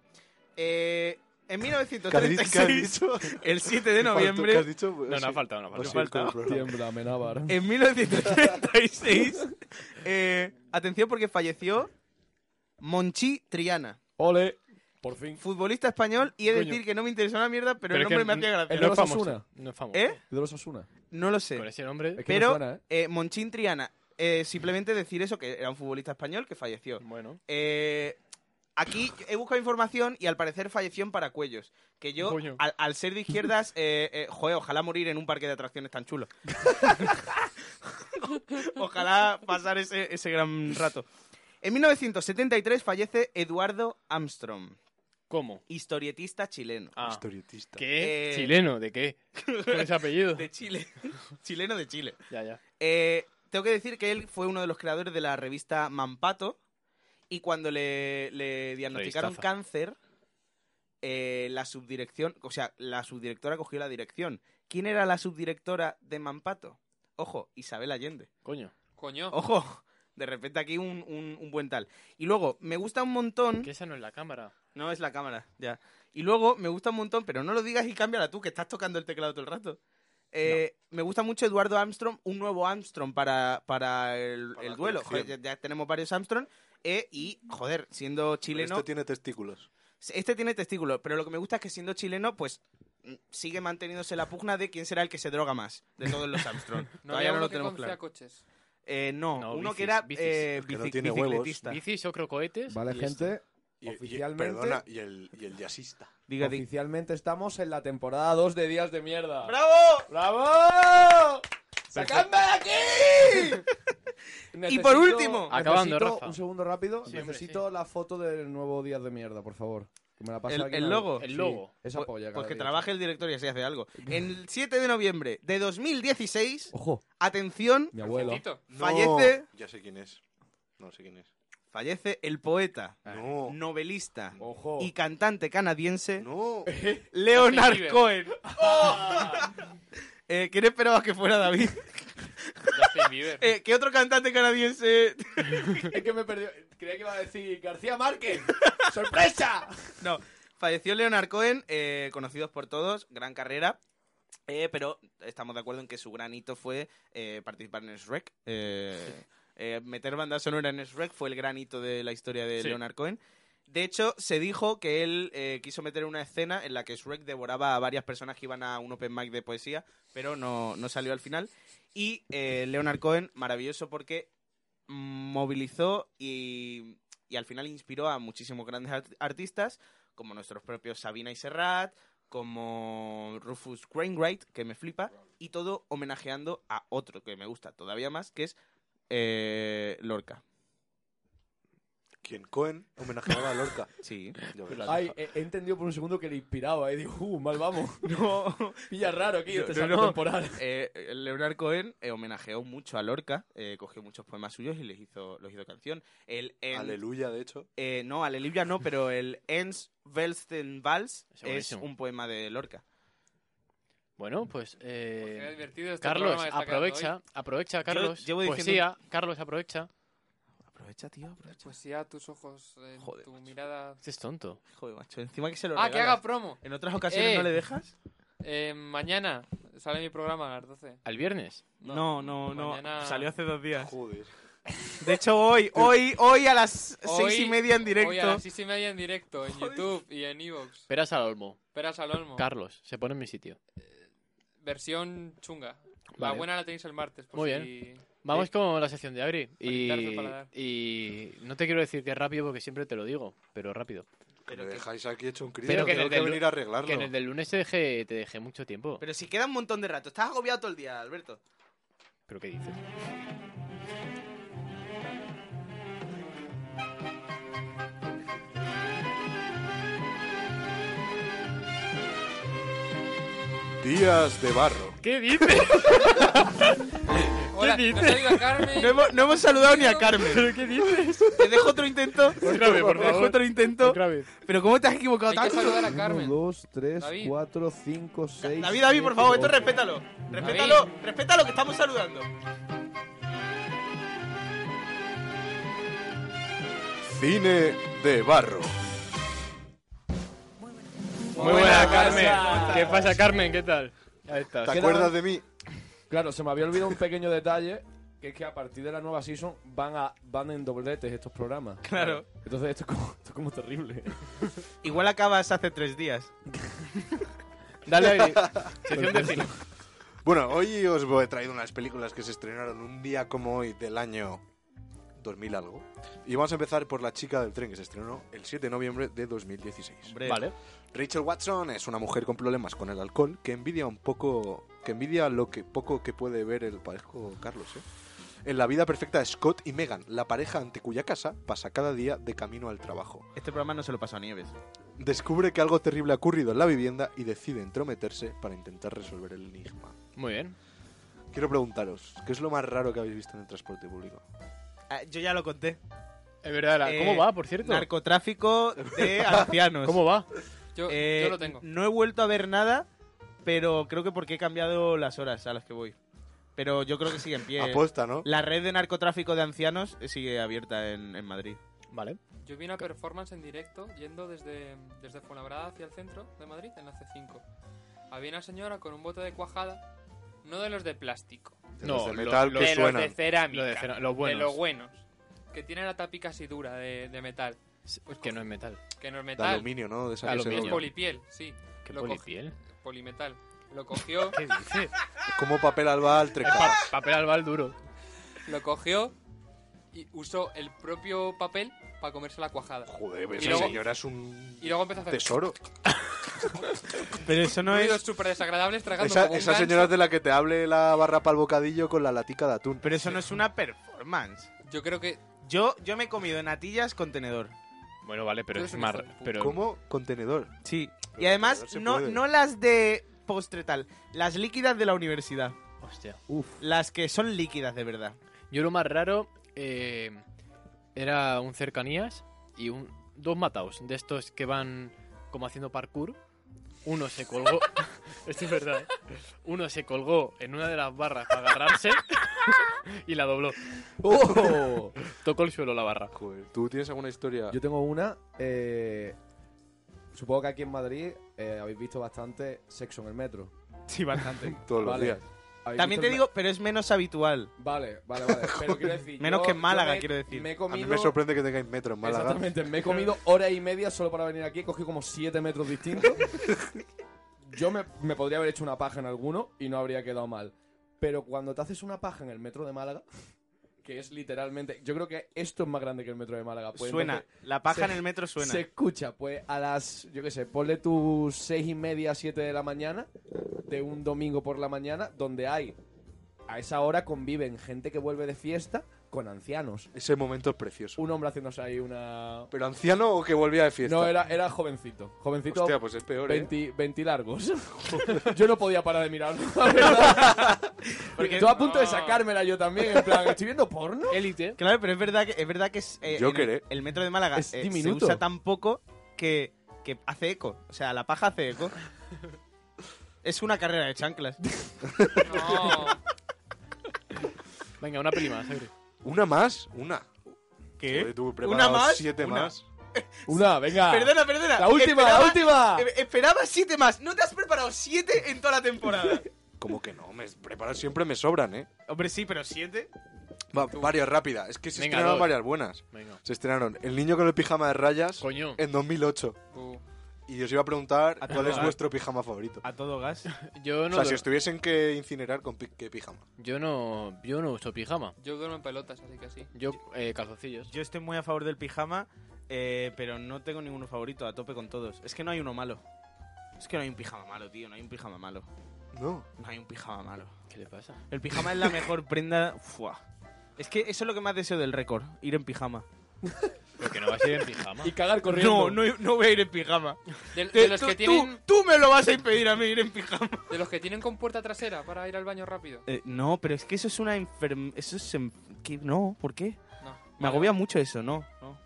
Speaker 1: Eh, en
Speaker 4: ¿Qué has dicho?
Speaker 1: *laughs*
Speaker 4: ¿Qué has
Speaker 1: 1936,
Speaker 4: dicho?
Speaker 1: el 7
Speaker 4: *laughs*
Speaker 1: de
Speaker 4: ¿Qué
Speaker 1: noviembre,
Speaker 4: has dicho? Pues,
Speaker 2: No, no ha
Speaker 4: Sí.
Speaker 2: faltado, no ha
Speaker 4: Así
Speaker 2: faltado.
Speaker 4: es como el programa.
Speaker 6: Tiembla, Menábar.
Speaker 1: En 1936, eh, atención porque falleció Monchi Triana,
Speaker 6: Ole, por fin.
Speaker 1: futbolista español, y he de
Speaker 2: Coño.
Speaker 1: decir que no me interesó una mierda, pero,
Speaker 2: Pero
Speaker 1: el
Speaker 2: es que
Speaker 1: nombre me hacía gracia.
Speaker 6: el
Speaker 2: no
Speaker 6: de
Speaker 2: es
Speaker 6: los
Speaker 2: famoso.
Speaker 6: Osasuna.
Speaker 2: No es famoso.
Speaker 1: ¿Eh?
Speaker 6: ¿De los Osuna?
Speaker 1: No lo
Speaker 2: Con
Speaker 1: sé.
Speaker 2: ese nombre.
Speaker 6: Es que
Speaker 1: Pero
Speaker 6: me suena, ¿eh?
Speaker 1: eh, Monchín Triana, eh, simplemente decir eso, que era un futbolista español que falleció.
Speaker 2: Bueno.
Speaker 1: Eh, aquí he buscado información y al parecer falleció en Paracuellos. Que yo,
Speaker 2: Coño.
Speaker 1: al, al ser de izquierdas, eh, eh, joder, ojalá morir en un parque de atracciones tan
Speaker 2: *laughs*
Speaker 1: chulo. ojalá pasar ese, ese gran rato. En 1973 fallece Eduardo Armstrong,
Speaker 2: ¿Cómo?
Speaker 1: historietista chileno.
Speaker 2: Ah.
Speaker 4: Historietista.
Speaker 2: ¿Qué?
Speaker 1: Eh,
Speaker 2: ¿Chileno? ¿De qué? Con ese apellido.
Speaker 1: De Chile. *laughs* chileno de Chile.
Speaker 2: Ya, ya.
Speaker 1: Eh, tengo que decir que él fue uno de los creadores de la revista Mampato y cuando le, le diagnosticaron
Speaker 2: Revistaza.
Speaker 1: cáncer, eh, la subdirección, o sea, la subdirectora cogió la dirección. ¿Quién era la subdirectora de Mampato? Ojo, Isabel Allende.
Speaker 2: Coño.
Speaker 5: Coño.
Speaker 1: Ojo, de repente aquí un, un- un buen tal. Y luego, me gusta un montón...
Speaker 2: Que esa no es la cámara.
Speaker 1: No, es la cámara, ya. Y luego, me gusta un montón, pero no lo digas y cámbiala tú, que estás tocando el teclado todo el rato. Eh, Me gusta mucho Eduardo Armstrong, un nuevo Armstrong para, para el,
Speaker 4: Para
Speaker 1: el
Speaker 4: la
Speaker 1: duelo. Joder,
Speaker 4: colección.
Speaker 1: ya, ya tenemos varios Armstrong. eh, y, joder, siendo
Speaker 4: Pero
Speaker 1: chileno...
Speaker 4: Este tiene testículos.
Speaker 1: Este tiene testículos, pero lo que me gusta es que siendo chileno, pues mm, sigue manteniéndose la pugna de quién será el que se droga más de todos los Armstrong.
Speaker 5: No
Speaker 1: Todavía
Speaker 5: había
Speaker 1: no
Speaker 5: uno
Speaker 1: lo
Speaker 5: que
Speaker 1: tenemos
Speaker 5: conducía
Speaker 1: claro.
Speaker 5: coches.
Speaker 1: Eh, no,
Speaker 2: No,
Speaker 1: uno que
Speaker 2: bicis,
Speaker 1: era
Speaker 2: bicis.
Speaker 1: eh,
Speaker 4: El que no
Speaker 1: bici-
Speaker 4: tiene huevos.
Speaker 1: bicicletista.
Speaker 2: Bicis, ocro, cohetes.
Speaker 3: Vale,
Speaker 2: y
Speaker 3: gente,
Speaker 4: Y- y-
Speaker 3: Oficialmente-
Speaker 4: perdona, y el, y el jazzista.
Speaker 1: Diga, di-
Speaker 3: oficialmente estamos en la temporada 2 de Días de Mierda.
Speaker 1: ¡Bravo!
Speaker 6: ¡Bravo! ¡Sacadme de aquí!
Speaker 1: Y por último,
Speaker 2: Acabando,
Speaker 3: necesito-
Speaker 2: Rafa.
Speaker 3: Un segundo rápido.
Speaker 2: Sí, hombre,
Speaker 3: necesito la foto del nuevo Días de Mierda, por favor. Que me la pasa
Speaker 1: El-
Speaker 3: aquí
Speaker 1: el
Speaker 3: la-
Speaker 1: logo.
Speaker 2: El logo.
Speaker 3: Esa
Speaker 1: Pues-
Speaker 3: polla.
Speaker 1: Pues
Speaker 3: cada
Speaker 1: que
Speaker 3: día.
Speaker 1: trabaje el director y así hace
Speaker 3: *laughs*
Speaker 1: algo. El 7 de noviembre de 2016,
Speaker 3: Ojo,
Speaker 1: atención,
Speaker 3: Oh.
Speaker 6: Pues
Speaker 3: mi abuelo.
Speaker 5: Tito.
Speaker 4: No,
Speaker 1: Fallece-
Speaker 4: Ya sé quién es. No sé quién es.
Speaker 1: fallece el poeta,
Speaker 2: Ah.
Speaker 4: No.
Speaker 3: Oh.
Speaker 1: novelista
Speaker 6: Ojo.
Speaker 1: y cantante canadiense
Speaker 4: No.
Speaker 1: Leonard
Speaker 5: Justin Bieber.
Speaker 1: Cohen. *laughs* Eh, ¿Quién esperabas que fuera David?
Speaker 5: Justin Bieber.
Speaker 1: Eh, ¿Qué otro cantante canadiense?
Speaker 6: Es que me perdió. Creía que iba a decir García
Speaker 3: *laughs*
Speaker 6: Márquez. ¡Sorpresa!
Speaker 1: No, falleció Leonard Cohen, eh, conocidos por todos, gran carrera. eh, pero estamos de acuerdo en que su gran hito fue eh, participar en Shrek. eh, eh, meter banda sonora en Shrek fue el gran hito de la historia de
Speaker 2: Sí.
Speaker 1: Leonard Cohen. De hecho, se dijo que él eh, quiso meter una escena en la que Shrek devoraba a varias personas que iban a un open mic de poesía, pero no, no salió al final. Y eh, Leonard Cohen, maravilloso porque mm, movilizó y, y al final inspiró a muchísimos grandes art- artistas, como nuestros propios Sabina y Serrat, como Rufus Wainwright, que me flipa, y todo homenajeando a otro que me gusta todavía más, que es eh, Lorca.
Speaker 4: ¿Quién? Cohen homenajeaba a Lorca.
Speaker 5: *laughs*
Speaker 1: Sí.
Speaker 4: Ya ves.
Speaker 6: Ay, he, he entendido por un segundo que le inspiraba.
Speaker 3: eh.
Speaker 6: Y digo, uh, mal vamos.
Speaker 1: No.
Speaker 6: *laughs* Pilla raro aquí
Speaker 1: No,
Speaker 6: este
Speaker 1: no,
Speaker 6: salto
Speaker 1: no.
Speaker 6: temporal.
Speaker 1: *laughs* Eh, Leonard Cohen eh, homenajeó mucho a Lorca, eh, cogió muchos poemas suyos y les hizo, los hizo canción. El en-
Speaker 4: Aleluya, de hecho.
Speaker 1: eh, no, Aleluya no, pero el Ens Velsten Vals
Speaker 2: Es
Speaker 1: es
Speaker 2: buenísimo.
Speaker 1: un poema de Lorca.
Speaker 2: Bueno, pues.
Speaker 5: Pues qué
Speaker 2: Eh,
Speaker 5: divertido este
Speaker 2: Carlos,
Speaker 5: programa que está quedando
Speaker 2: aprovecha, aprovecha, Carlos.
Speaker 1: llevo diciendo-
Speaker 2: Poesía, Carlos, aprovecha.
Speaker 1: Aprovecha, tío,
Speaker 5: hoy.
Speaker 1: aprovecha.
Speaker 5: Pues ya tus ojos, eh,
Speaker 1: Joder,
Speaker 5: tu
Speaker 1: macho.
Speaker 5: mirada.
Speaker 2: Este es tonto.
Speaker 1: Joder, macho, encima que se lo
Speaker 5: Ah, que
Speaker 1: regalas.
Speaker 5: haga promo.
Speaker 1: ¿En otras ocasiones
Speaker 5: Eh.
Speaker 1: no le dejas?
Speaker 5: Eh, mañana sale mi programa a las 12.
Speaker 2: Al viernes.
Speaker 1: No, no, no.
Speaker 5: mañana-
Speaker 1: Salió hace dos días.
Speaker 4: Joder.
Speaker 1: De hecho, hoy, hoy, hoy a las
Speaker 5: Hoy-
Speaker 1: seis y media en
Speaker 5: Hoy a
Speaker 1: directo.
Speaker 5: las 6 y media en directo, en YouTube y en Evox.
Speaker 2: Esperas al Olmo.
Speaker 5: Peras al Olmo.
Speaker 2: Carlos, se pone en mi sitio.
Speaker 5: Versión chunga. La
Speaker 2: Vale.
Speaker 5: buena la tenéis el martes. Por
Speaker 2: Muy
Speaker 5: si-
Speaker 2: Vamos con la sección de Agri.
Speaker 5: Conectarse
Speaker 2: Y,
Speaker 5: al paladar.
Speaker 2: y no te quiero decir que es rápido porque siempre te lo digo, pero rápido.
Speaker 4: Que
Speaker 1: Pero
Speaker 4: me
Speaker 1: que-
Speaker 4: dejáis aquí hecho un crío.
Speaker 2: Pero que
Speaker 4: tengo
Speaker 2: desde
Speaker 4: que
Speaker 2: el-
Speaker 4: venir a arreglarlo.
Speaker 2: Que en el del lunes te dejé, te dejé mucho tiempo.
Speaker 1: Pero si queda un montón de rato. Estás agobiado todo el día, Alberto.
Speaker 2: ¿Pero qué dices?
Speaker 4: Días de barro.
Speaker 2: ¿Qué dices?
Speaker 5: Hola,
Speaker 2: ¿Qué
Speaker 5: no ha salido a Carmen.
Speaker 1: No hemos, no hemos saludado ni a Carmen.
Speaker 2: ¿Pero qué dices?
Speaker 1: Te dejo otro *laughs* intento.
Speaker 2: Otra vez, por
Speaker 1: Te dejo
Speaker 2: favor.
Speaker 1: otro intento.
Speaker 2: *laughs* Otra vez.
Speaker 1: Pero ¿cómo te has equivocado
Speaker 5: Hay
Speaker 1: tanto?
Speaker 5: que saludar a
Speaker 3: 1,
Speaker 5: Carmen.
Speaker 3: 2, 3,
Speaker 5: David.
Speaker 3: 4, 5, 6.
Speaker 1: David, David, por favor, esto respétalo. Respétalo, respétalo que estamos saludando.
Speaker 4: Cine de barro.
Speaker 2: Muy buena, Carmen. ¿Qué pasa, Carmen? ¿Qué tal? Ahí estás.
Speaker 4: ¿Te acuerdas de mí?
Speaker 3: Claro, se me había olvidado un pequeño detalle. Que es que a partir de la nueva season van, a, van en dobletes estos programas.
Speaker 1: Claro.
Speaker 3: Entonces esto es como, esto es como
Speaker 4: *laughs*
Speaker 3: terrible.
Speaker 1: Igual acabas hace tres días.
Speaker 2: Dale, Agri. Sección de cine.
Speaker 4: Bueno, hoy os he traído unas películas que se estrenaron un día como hoy del año 2000 algo. Y vamos a empezar por La chica del tren que se estrenó el 7 de noviembre de 2016.
Speaker 1: Hombre.
Speaker 2: Vale.
Speaker 4: Rachel Watson es una mujer con problemas con el alcohol que envidia un poco que envidia lo que poco que puede ver el parejo Carlos, ¿eh? En la vida perfecta de Scott y Megan, la pareja ante cuya casa pasa cada día de camino al trabajo.
Speaker 1: Este programa no se lo pasó a Nieves.
Speaker 4: Descubre que algo terrible ha ocurrido en la vivienda y decide entrometerse para intentar resolver el enigma.
Speaker 2: Muy bien.
Speaker 4: Quiero preguntaros, ¿qué es lo más raro que habéis visto en el transporte público?
Speaker 1: Ah, yo ya lo conté.
Speaker 2: Es verdad, la-
Speaker 1: Eh,
Speaker 2: ¿cómo va, por cierto?
Speaker 1: Narcotráfico de *laughs* ancianos.
Speaker 2: ¿Cómo va?
Speaker 5: Yo,
Speaker 1: Eh,
Speaker 5: yo lo tengo.
Speaker 1: No he vuelto a ver nada, pero creo que porque he cambiado las horas a las que voy. Pero yo creo que sigue en
Speaker 5: Eh,
Speaker 1: pie.
Speaker 4: Aposta, ¿no?
Speaker 1: La red de narcotráfico de ancianos sigue abierta en, en Madrid.
Speaker 2: Vale.
Speaker 5: Yo vi una performance en directo yendo desde, desde Fuenlabrada hacia el centro de Madrid en la C5. Había una señora con un bote de cuajada, no de los de plástico,
Speaker 4: De
Speaker 2: No,
Speaker 4: los de
Speaker 2: lo-
Speaker 4: metal
Speaker 2: lo-
Speaker 4: que
Speaker 5: de
Speaker 4: suenan.
Speaker 5: los de cerámica,
Speaker 2: Lo de cero- los buenos.
Speaker 5: de los buenos, que tienen la tapa casi dura de, de metal,
Speaker 2: Pues que no es metal.
Speaker 5: que no es
Speaker 4: De
Speaker 5: metal,
Speaker 4: aluminio, ¿no? De esa que se
Speaker 2: Aluminio.
Speaker 5: es
Speaker 4: dobla.
Speaker 5: polipiel, sí,
Speaker 2: ¿Qué
Speaker 5: Lo
Speaker 2: polipiel?
Speaker 5: polimetal.
Speaker 2: *laughs*
Speaker 5: Lo cogió,
Speaker 2: ¿Qué dices?
Speaker 4: Como papel alba al tres
Speaker 2: Pa-
Speaker 4: caras.
Speaker 2: papel albal duro.
Speaker 5: lo cogió y usó el propio papel para comerse la cuajada.
Speaker 4: Joder,
Speaker 5: Y
Speaker 4: esa
Speaker 5: luego-
Speaker 4: señora es un
Speaker 5: Y luego empezó a hacer
Speaker 4: *laughs* tesoro.
Speaker 1: Pero eso no
Speaker 5: *laughs* ruidos
Speaker 1: es.
Speaker 5: súper desagradables tragando
Speaker 4: Esa,
Speaker 5: como un
Speaker 4: esa
Speaker 5: ganso.
Speaker 4: señora es de la que te hable la barra para el bocadillo con la latica de atún.
Speaker 1: Pero eso no es una performance.
Speaker 5: Yo creo que
Speaker 1: Yo, yo me he comido natillas con tenedor.
Speaker 2: Bueno, vale, pero
Speaker 5: Tú
Speaker 2: es
Speaker 5: eres un
Speaker 2: mar.
Speaker 5: hijo de puta.
Speaker 2: Pero
Speaker 4: ¿Cómo? Contenedor.
Speaker 1: Sí. Y
Speaker 4: Pero
Speaker 1: además,
Speaker 4: tenedor se
Speaker 1: no,
Speaker 4: puede.
Speaker 1: no las de postre tal, las líquidas de la universidad.
Speaker 2: Hostia.
Speaker 1: Las que son líquidas de verdad.
Speaker 2: Yo lo más raro eh, era un cercanías y un dos mataos de estos que van como haciendo parkour. Uno se colgó, *laughs* Esto es verdad. ¿eh? Uno se colgó en una de las barras para agarrarse y la dobló.
Speaker 6: ¡Oh!
Speaker 2: Tocó el suelo la barra.
Speaker 4: Joder, ¿tú tienes alguna historia?
Speaker 3: *laughs* Yo tengo una. eh, supongo que aquí en Madrid eh, habéis visto bastante sexo en el metro.
Speaker 1: Sí, bastante.
Speaker 4: todos
Speaker 3: vale.
Speaker 4: los días.
Speaker 3: Habéis
Speaker 1: También
Speaker 3: visto
Speaker 1: te
Speaker 3: el
Speaker 1: digo, pero es menos habitual.
Speaker 3: me- Vale, vale,
Speaker 4: *laughs*
Speaker 3: vale. Pero quiero decir.
Speaker 1: Menos
Speaker 3: yo-
Speaker 1: que en
Speaker 3: yo
Speaker 1: Málaga,
Speaker 3: me-
Speaker 1: quiero decir.
Speaker 3: Me he
Speaker 4: A mí
Speaker 3: comido.
Speaker 4: me sorprende que tengáis metro en Málaga.
Speaker 3: Exactamente, me he comido hora y media solo para venir aquí. He cogido como 7 metros distintos. Yo me, me podría haber hecho una paja en alguno y no habría quedado mal. Pero cuando te haces una paja en el metro de Málaga, que es literalmente. Yo creo que esto es más grande que el metro de Málaga. pues
Speaker 1: suena.
Speaker 3: entonces-
Speaker 1: la paja
Speaker 3: se-
Speaker 1: en el metro suena.
Speaker 3: Se escucha, pues a las, yo qué sé, ponle tus seis y media, siete de la mañana, de un domingo por la mañana, donde hay, a esa hora conviven gente que vuelve de fiesta con ancianos.
Speaker 4: Ese momento es precioso.
Speaker 3: Un hombre haciéndose ahí una...
Speaker 4: ¿Pero anciano o que volvía de fiesta?
Speaker 3: No, era, era jovencito. Jovencito,
Speaker 4: Hostia, pues es peor, ¿eh?
Speaker 3: 20, 20 largos. yo no podía parar de mirarlo, la verdad.
Speaker 1: Porque-
Speaker 3: Estuve a punto de
Speaker 2: No.
Speaker 3: sacármela yo también, en plan, ¿estoy viendo porno?
Speaker 2: Élite.
Speaker 1: Claro, pero es verdad que es verdad que es, eh,
Speaker 4: Yo
Speaker 1: en el-
Speaker 4: queré.
Speaker 1: el, metro de Málaga
Speaker 3: Es
Speaker 1: eh, se
Speaker 3: diminuto.
Speaker 1: usa tan poco que, que hace eco. O sea, la paja hace *laughs* eco. es una carrera de chanclas.
Speaker 5: No.
Speaker 2: Venga, una peli más, Agri.
Speaker 4: ¿Una más? Una. Joder,
Speaker 1: ¿Qué?
Speaker 4: tú
Speaker 1: ¿Una
Speaker 4: preparado
Speaker 1: más?
Speaker 4: Siete
Speaker 1: Una.
Speaker 4: más.
Speaker 3: Una, venga.
Speaker 1: Perdona, perdona.
Speaker 3: La última, la
Speaker 1: Esperaba-
Speaker 3: última.
Speaker 1: eh, Esperaba siete más. No te has preparado siete en toda la temporada.
Speaker 4: Como que no, me preparo siempre me sobran, ¿eh?
Speaker 1: *laughs* Hombre, sí, pero siete.
Speaker 4: Va, varias rápidas. Es que se
Speaker 2: Venga,
Speaker 4: estrenaron
Speaker 2: dos.
Speaker 4: varias buenas.
Speaker 2: Venga.
Speaker 4: Se estrenaron El niño con el pijama de rayas
Speaker 2: Coño. Ah,
Speaker 4: en 2008.
Speaker 5: Uh,
Speaker 4: Y os iba a preguntar
Speaker 1: A
Speaker 4: cuál
Speaker 1: todo
Speaker 4: es
Speaker 1: gas.
Speaker 4: vuestro pijama favorito.
Speaker 1: A todo gas.
Speaker 2: Yo
Speaker 4: o
Speaker 2: no,
Speaker 4: sea,
Speaker 2: dur-
Speaker 4: si os tuviesen que incinerar, ¿con pi- qué pijama?
Speaker 2: yo no, yo no uso pijama.
Speaker 5: yo duermo en pelotas, así que sí.
Speaker 2: Yo eh, calzoncillos.
Speaker 1: Yo estoy muy a favor del pijama, eh, pero no tengo ninguno favorito. A tope con todos. Es que no hay uno malo. Es que no hay un pijama malo, tío. No hay un pijama malo.
Speaker 4: No.
Speaker 1: No hay un pijama malo.
Speaker 2: ¿Qué le pasa?
Speaker 1: El pijama es la mejor prenda. Fua. Es que eso es lo que más deseo del récord, ir en pijama.
Speaker 2: Porque no va a ser en pijama.
Speaker 3: Y cagar corriendo.
Speaker 1: No, no, no voy a ir en pijama.
Speaker 5: De, de
Speaker 1: Te-
Speaker 5: los
Speaker 1: tú,
Speaker 5: que
Speaker 1: tú-
Speaker 5: tienen,
Speaker 1: tú me lo vas a impedir a mí ir en pijama.
Speaker 5: de los que tienen con puerta trasera para ir al baño rápido.
Speaker 1: Eh, no, pero es que eso es una enfermedad. Eso es. en- ¿qué? No, ¿por qué?
Speaker 5: No.
Speaker 1: Me agobia mucho eso, no. no.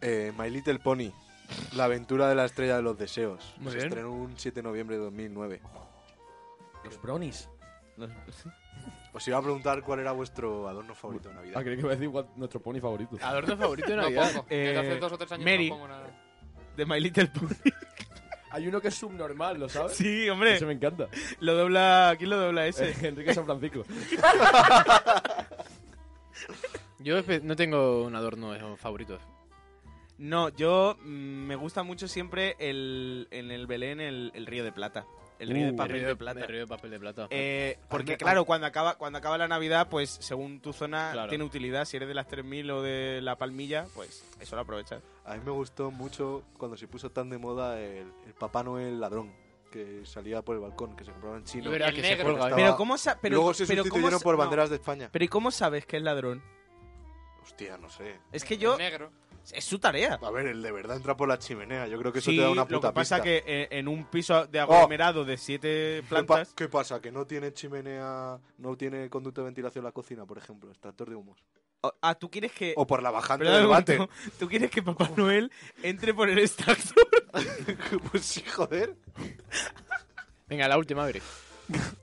Speaker 4: Eh, My Little Pony. La aventura de la estrella de los deseos.
Speaker 2: Muy
Speaker 4: se
Speaker 2: bien.
Speaker 4: estrenó un 7 de noviembre de 2009.
Speaker 3: Los bronis.
Speaker 4: Os iba a preguntar cuál era vuestro adorno favorito de Navidad.
Speaker 3: Ah, creí que iba a decir cuál- nuestro pony favorito.
Speaker 2: Adorno favorito de
Speaker 5: No
Speaker 2: Navidad.
Speaker 5: pongo. Desde
Speaker 1: Eh,
Speaker 5: hace dos o tres años
Speaker 1: Mary.
Speaker 5: no pongo nada.
Speaker 1: De My Little *laughs* Pony.
Speaker 3: Hay uno que es subnormal, ¿lo sabes?
Speaker 1: Sí, hombre.
Speaker 3: Ese me encanta. Eh,
Speaker 1: Lo dobla. ¿Quién lo dobla ese?
Speaker 3: Enrique San Francisco.
Speaker 2: Yo espe- no tengo un adorno de esos favoritos.
Speaker 1: No, yo mm, me gusta mucho siempre el, en el Belén el, el río de plata. Uh, El río de
Speaker 2: Me
Speaker 1: papel
Speaker 2: río
Speaker 1: de plata.
Speaker 2: me río de papel de plata.
Speaker 1: Eh,
Speaker 3: Hazme-
Speaker 1: porque claro, cuando acaba, cuando acaba la Navidad, pues según tu zona
Speaker 2: Claro.
Speaker 1: tiene utilidad. Si eres de las 3.000 o de la palmilla, pues eso lo aprovechas.
Speaker 4: A mí me gustó mucho cuando se puso tan de moda el, el Papá Noel ladrón. Que salía por el balcón, que se compraba en
Speaker 2: Y
Speaker 4: chino.
Speaker 2: verá
Speaker 5: el
Speaker 2: que se
Speaker 5: negro.
Speaker 2: cuelga, ¿eh?
Speaker 4: Estaba-
Speaker 1: Pero cómo sa- pero,
Speaker 4: Luego se
Speaker 1: pero
Speaker 4: sustituyeron
Speaker 1: sa-
Speaker 4: por
Speaker 1: no.
Speaker 4: banderas de España.
Speaker 1: Pero ¿y cómo sabes que es ladrón?
Speaker 4: Hostia, no sé.
Speaker 1: Es que yo
Speaker 5: El negro.
Speaker 1: es su tarea.
Speaker 4: A ver, el de verdad entra por la chimenea. Yo creo que eso
Speaker 1: Sí,
Speaker 4: te da una
Speaker 1: lo
Speaker 4: puta
Speaker 1: que pasa
Speaker 4: pista. Oh.
Speaker 1: que eh, en un piso de aglomerado de
Speaker 4: *laughs*
Speaker 1: siete
Speaker 4: ¿Qué, pa-
Speaker 1: plantas,
Speaker 4: qué pasa? ¿Que no tiene chimenea, no tiene conducto de ventilación la cocina, por ejemplo? Extractor de humos.
Speaker 1: ah, tú quieres que
Speaker 4: O por la bajante
Speaker 1: Perdón,
Speaker 4: Oh. del Oh.
Speaker 1: un
Speaker 4: bate.
Speaker 1: momento. tú quieres que Papá Noel entre por el extractor.
Speaker 4: *laughs* pues sí, joder.
Speaker 2: Venga, la última, Agri.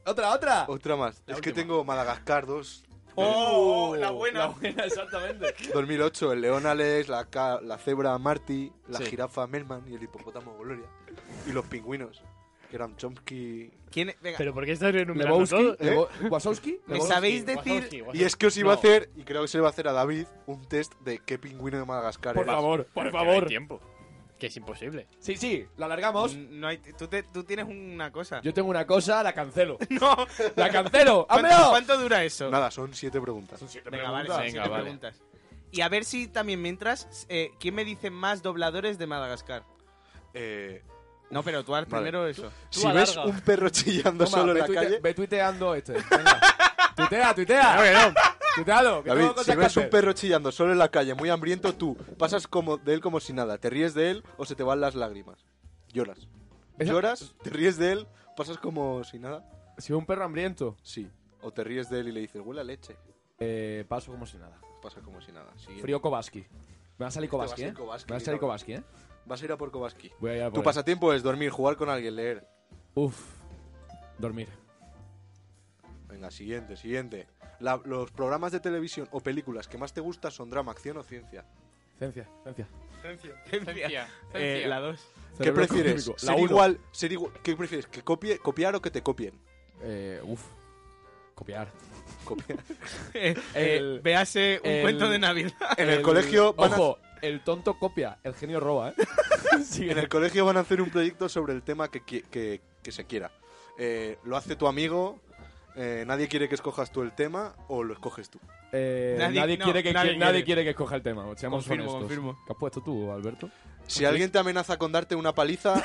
Speaker 3: ¡Otra,
Speaker 1: Ah,
Speaker 3: otra!
Speaker 4: Otra más. es que
Speaker 2: última.
Speaker 4: tengo Madagascar 2,
Speaker 1: Oh, la buena.
Speaker 3: La buena, exactamente.
Speaker 4: 2008. El león Alex, la, ca- la cebra Marty, la
Speaker 2: Sí.
Speaker 4: jirafa Melman y el hipopótamo Gloria. Y los pingüinos, que eran Chomsky...
Speaker 1: ¿Quién es? Venga,
Speaker 2: *laughs* ¿Pero por qué estás enumerando
Speaker 3: Lebowski,
Speaker 2: todo?
Speaker 3: Lebo- Wasowski,
Speaker 1: ¿me
Speaker 3: Lebowski.
Speaker 1: sabéis decir?
Speaker 3: Pues
Speaker 4: Y es que os iba a
Speaker 2: No.
Speaker 4: hacer, y creo que se le va a hacer a David, un test de qué pingüino de Madagascar
Speaker 3: Por
Speaker 4: eras.
Speaker 3: favor, por
Speaker 2: favor.
Speaker 3: favor.
Speaker 2: tiempo. Que es imposible.
Speaker 3: Sí, sí, la alargamos.
Speaker 1: Mm, No hay, tú, te- tú tienes una cosa.
Speaker 3: Yo tengo una cosa, la cancelo.
Speaker 1: No.
Speaker 3: ¡La cancelo!
Speaker 1: ¿Cuánto,
Speaker 3: ¡Hámelo!
Speaker 1: cuánto dura eso?
Speaker 4: Nada, son siete preguntas.
Speaker 1: Venga, vale,
Speaker 2: preguntas.
Speaker 1: sí,
Speaker 2: Venga,
Speaker 1: siete
Speaker 2: vale.
Speaker 1: preguntas. Y a ver si también mientras, eh, ¿quién me dice más dobladores de Madagascar?
Speaker 4: Eh,
Speaker 1: No, pero tú haz
Speaker 4: Vale.
Speaker 1: primero eso.
Speaker 4: si ves
Speaker 2: alarga.
Speaker 4: un perro chillando
Speaker 3: Toma,
Speaker 4: solo en
Speaker 3: ve,
Speaker 4: la
Speaker 3: tuite-
Speaker 4: calle...
Speaker 3: ve tuiteando este. Venga. tuitea,
Speaker 4: *laughs*
Speaker 3: tuitea. Tuitealo, que
Speaker 4: David,
Speaker 3: tengo cosas
Speaker 4: si
Speaker 3: que
Speaker 4: ves un
Speaker 3: hacer.
Speaker 4: perro chillando solo en la calle, muy hambriento, tú pasas como de él como si nada, te ríes de él o se te van las lágrimas. Lloras.
Speaker 3: Esa-
Speaker 4: Lloras, te ríes de él, pasas como si nada.
Speaker 3: Si ves un perro hambriento,
Speaker 4: Sí. O te ríes de él y le dices, huele a leche.
Speaker 3: eh, paso como si nada.
Speaker 4: Pasa como si nada. ¿eh? Siguiente.
Speaker 3: Frío Kobaski. Me va a salir
Speaker 4: Este va a
Speaker 3: Kobaski,
Speaker 4: ser
Speaker 3: ¿eh?
Speaker 4: Kovaski,
Speaker 3: Me va a salir
Speaker 4: cabrón.
Speaker 3: Kobaski, ¿eh?
Speaker 4: Vas a ir a por Kovaski.
Speaker 3: Voy a ir a por
Speaker 4: Tu
Speaker 3: él.
Speaker 4: pasatiempo es dormir, jugar con alguien, leer.
Speaker 3: Uf. Dormir.
Speaker 4: Venga, siguiente, siguiente. La- los programas de televisión o películas que más te gustan son drama, acción o ciencia.
Speaker 3: Ciencia, ciencia.
Speaker 5: Ciencia.
Speaker 1: *laughs* Eh,
Speaker 5: ciencia.
Speaker 1: la 2.
Speaker 4: ¿Qué
Speaker 3: Cerebro
Speaker 4: prefieres?
Speaker 3: económico.
Speaker 4: Ser
Speaker 3: uno.
Speaker 4: igual, ser igual- ¿Qué prefieres? ¿Que copie, copiar o que te copien?
Speaker 3: Eh, uf. Copiar. *laughs*
Speaker 4: Copiar.
Speaker 1: *laughs*
Speaker 3: El-
Speaker 1: Véase un
Speaker 3: el-
Speaker 1: cuento de Navidad. *laughs*
Speaker 4: en el colegio van a-
Speaker 3: Ojo, el tonto copia, el genio
Speaker 4: *laughs*
Speaker 3: roba, ¿eh? Sigue.
Speaker 4: En el colegio van a hacer un proyecto sobre el tema que, qui- que- que se quiera. Eh, lo hace tu amigo, eh, nadie quiere que escojas tú el tema o lo escoges tú.
Speaker 3: Eh,
Speaker 1: Nadie-
Speaker 3: nadie,
Speaker 1: no,
Speaker 3: quiere que,
Speaker 1: nadie
Speaker 3: nadie
Speaker 1: quiere.
Speaker 3: quiere. que escoja el tema. Seamos
Speaker 1: Confirmo,
Speaker 3: honestos.
Speaker 1: confirmo.
Speaker 3: ¿Qué has puesto tú, Alberto?
Speaker 4: Si alguien te amenaza con darte una paliza,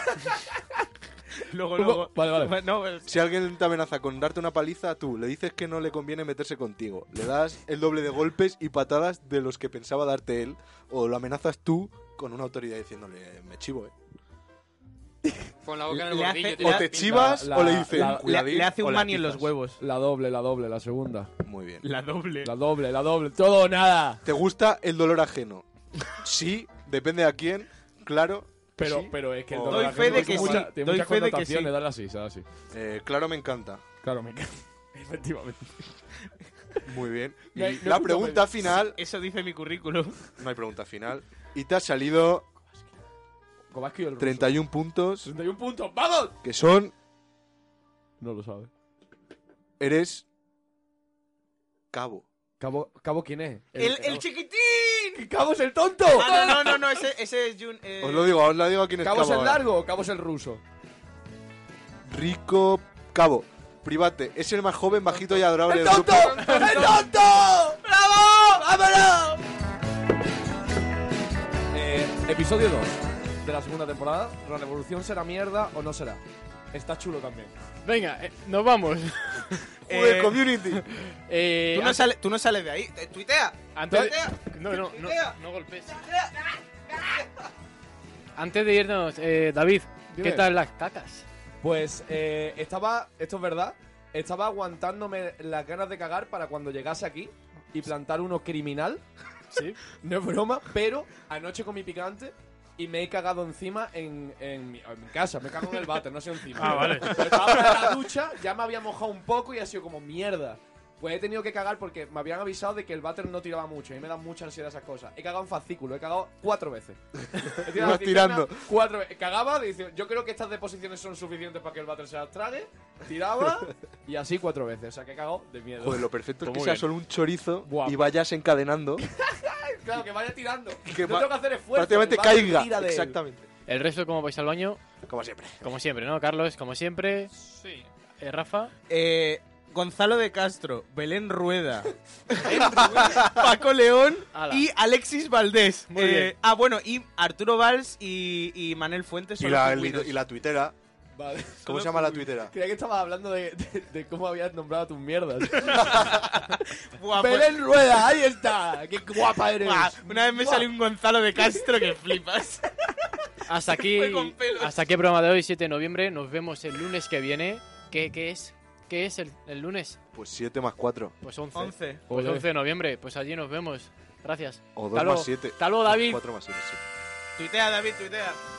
Speaker 1: Luego,
Speaker 3: Hugo,
Speaker 1: luego.
Speaker 3: vale, vale.
Speaker 1: Bueno, pues, no, es-
Speaker 4: si alguien te amenaza con darte una paliza, tú le dices que no le conviene meterse contigo. Le das el doble de golpes y patadas de los que pensaba darte él o lo amenazas tú con una autoridad diciéndole, me chivo, eh.
Speaker 5: Con la boca en el
Speaker 1: Le hace-
Speaker 5: bordillo.
Speaker 1: le
Speaker 5: tío.
Speaker 4: O te
Speaker 1: hace-
Speaker 4: chivas
Speaker 3: la-
Speaker 4: o le
Speaker 3: la-
Speaker 4: dices,
Speaker 3: la-
Speaker 1: le,
Speaker 4: "Cuidadín",
Speaker 1: le hace
Speaker 4: o
Speaker 1: un
Speaker 4: la
Speaker 1: mani en los
Speaker 4: pizas.
Speaker 1: huevos.
Speaker 3: La doble, la doble, la segunda.
Speaker 4: Muy bien.
Speaker 1: La doble.
Speaker 3: La doble, la doble, todo o nada.
Speaker 4: ¿Te gusta el dolor ajeno? Sí, depende a quién, claro.
Speaker 3: Pero,
Speaker 4: sí.
Speaker 3: pero es que el
Speaker 4: Doy
Speaker 3: dólar
Speaker 1: fe de
Speaker 3: argentino
Speaker 1: que
Speaker 3: tiene
Speaker 1: sí,
Speaker 3: mucha- tiene
Speaker 1: doy
Speaker 3: muchas
Speaker 1: fe de que
Speaker 3: connotaciones,
Speaker 1: sí.
Speaker 3: dale así, dale así.
Speaker 4: Eh, claro, me encanta.
Speaker 3: Claro, me encanta. *laughs* Efectivamente.
Speaker 4: Muy bien. Y
Speaker 3: No hay- no hay
Speaker 4: la
Speaker 3: punto
Speaker 4: pregunta final.
Speaker 1: Eso dice mi currículum.
Speaker 4: No hay pregunta final. Y te ha salido
Speaker 3: Kovaski o el ruso.
Speaker 4: 31 puntos,
Speaker 3: 61 puntos, ¡vamos!
Speaker 4: que son.
Speaker 3: No lo sabe.
Speaker 4: Eres. Cabo.
Speaker 3: ¿Cabo, Cabo quién es?
Speaker 1: ¡El, el chiquitín!
Speaker 3: ¡Que Cabo es el tonto!
Speaker 1: Ah, no, no, no, no, ese, ese es Jun. eh,
Speaker 4: Os lo digo, os lo digo a quien es
Speaker 3: ¿Cabo
Speaker 4: Cabo. eh.
Speaker 3: es el
Speaker 4: ahora.
Speaker 3: largo o Cabo es el ruso?
Speaker 4: Rico Cabo. Private. Es el más joven, bajito y adorable del grupo.
Speaker 3: ¡El tonto! ¡Bravo! ¡Vámonos! Eh, episodio 2 de la segunda temporada. ¿La revolución será mierda o no será? Está chulo también.
Speaker 2: Venga, eh, nos *laughs* vamos.
Speaker 4: Joder,
Speaker 1: eh,
Speaker 4: community.
Speaker 2: Eh,
Speaker 1: tú, no
Speaker 2: an-
Speaker 1: sales, tú no sales de ahí. Eh, Tuitea.
Speaker 2: antes,
Speaker 1: Tuitea.
Speaker 2: no, no, no,
Speaker 1: Tuitea.
Speaker 2: no golpes.
Speaker 1: tuitea.
Speaker 2: Antes de irnos, eh, David,
Speaker 3: Dime.
Speaker 2: ¿qué tal las cacas?
Speaker 3: Pues eh, estaba, esto es verdad, estaba aguantándome las ganas de cagar para cuando llegase aquí y plantar uno criminal.
Speaker 2: *laughs* Sí.
Speaker 3: No es broma, pero anoche con mi picante y me he cagado encima en, en, mi, en mi casa. Me cago en el váter, no sé encima.
Speaker 2: Ah, vale.
Speaker 3: Pero estaba en la ducha, ya me había mojado un poco y ha sido como mierda. Pues he tenido que cagar porque me habían avisado de que el váter no tiraba mucho y me dan mucha ansiedad esas cosas. He cagado en fascículo, he cagado
Speaker 2: *laughs*
Speaker 3: cuatro veces. He tirado
Speaker 4: Ibas
Speaker 3: la cisterna
Speaker 4: tirando.
Speaker 3: Cuatro veces. Cagaba, dice, yo creo que estas deposiciones son suficientes para que el váter se las trague. Tiraba y así cuatro veces. O sea que he cagado de miedo.
Speaker 4: Joder, lo perfecto es que
Speaker 2: Muy
Speaker 4: sea
Speaker 2: bien.
Speaker 4: solo un chorizo
Speaker 3: Guau.
Speaker 4: y vayas encadenando.
Speaker 3: *laughs* Claro, que vaya tirando.
Speaker 4: Que
Speaker 3: no
Speaker 4: va-
Speaker 3: tengo que hacer esfuerzo.
Speaker 4: prácticamente
Speaker 3: el váter
Speaker 4: caiga.
Speaker 3: tira de él.
Speaker 4: Exactamente.
Speaker 2: El resto, ¿cómo vais al baño?
Speaker 4: Como siempre.
Speaker 2: Como siempre, ¿no? Carlos, como siempre.
Speaker 5: Sí.
Speaker 2: Eh, Rafa.
Speaker 1: Eh, Gonzalo de Castro, Belén
Speaker 4: *laughs*
Speaker 1: Rueda, Paco León
Speaker 2: Ala.
Speaker 1: y Alexis Valdés.
Speaker 2: Muy
Speaker 1: Eh,
Speaker 2: bien.
Speaker 1: Ah, bueno, y Arturo Valls y, y Manel Fuentes.
Speaker 4: Y
Speaker 1: son
Speaker 4: la,
Speaker 1: los pingüinos.
Speaker 4: y la tuitera.
Speaker 3: Vale. *laughs*
Speaker 4: ¿Cómo se llama la tuitera?
Speaker 3: Creía que estabas hablando de, de- de cómo habías nombrado tus mierdas.
Speaker 1: Buah, pues-
Speaker 3: Belén Rueda, ahí está. Qué guapa eres.
Speaker 1: buah, una vez me
Speaker 3: Buah.
Speaker 1: salió un Gonzalo de Castro que flipas. *laughs*
Speaker 2: Hasta aquí,
Speaker 1: Fue con pelos.
Speaker 2: hasta aquí el programa de hoy, 7 de noviembre. Nos vemos el lunes que viene. ¿Qué, qué es? ¿Qué es el, el lunes?
Speaker 4: Pues 7 más 4.
Speaker 2: Pues 11.
Speaker 1: 11.
Speaker 2: Pues
Speaker 3: Ole.
Speaker 2: 11 de noviembre. Pues allí nos vemos. Gracias.
Speaker 4: O 2
Speaker 2: Hasta luego.
Speaker 4: más 7.
Speaker 2: Hasta luego, David.
Speaker 4: 4 más 7, sí.
Speaker 1: Tuitea, David, tuitea.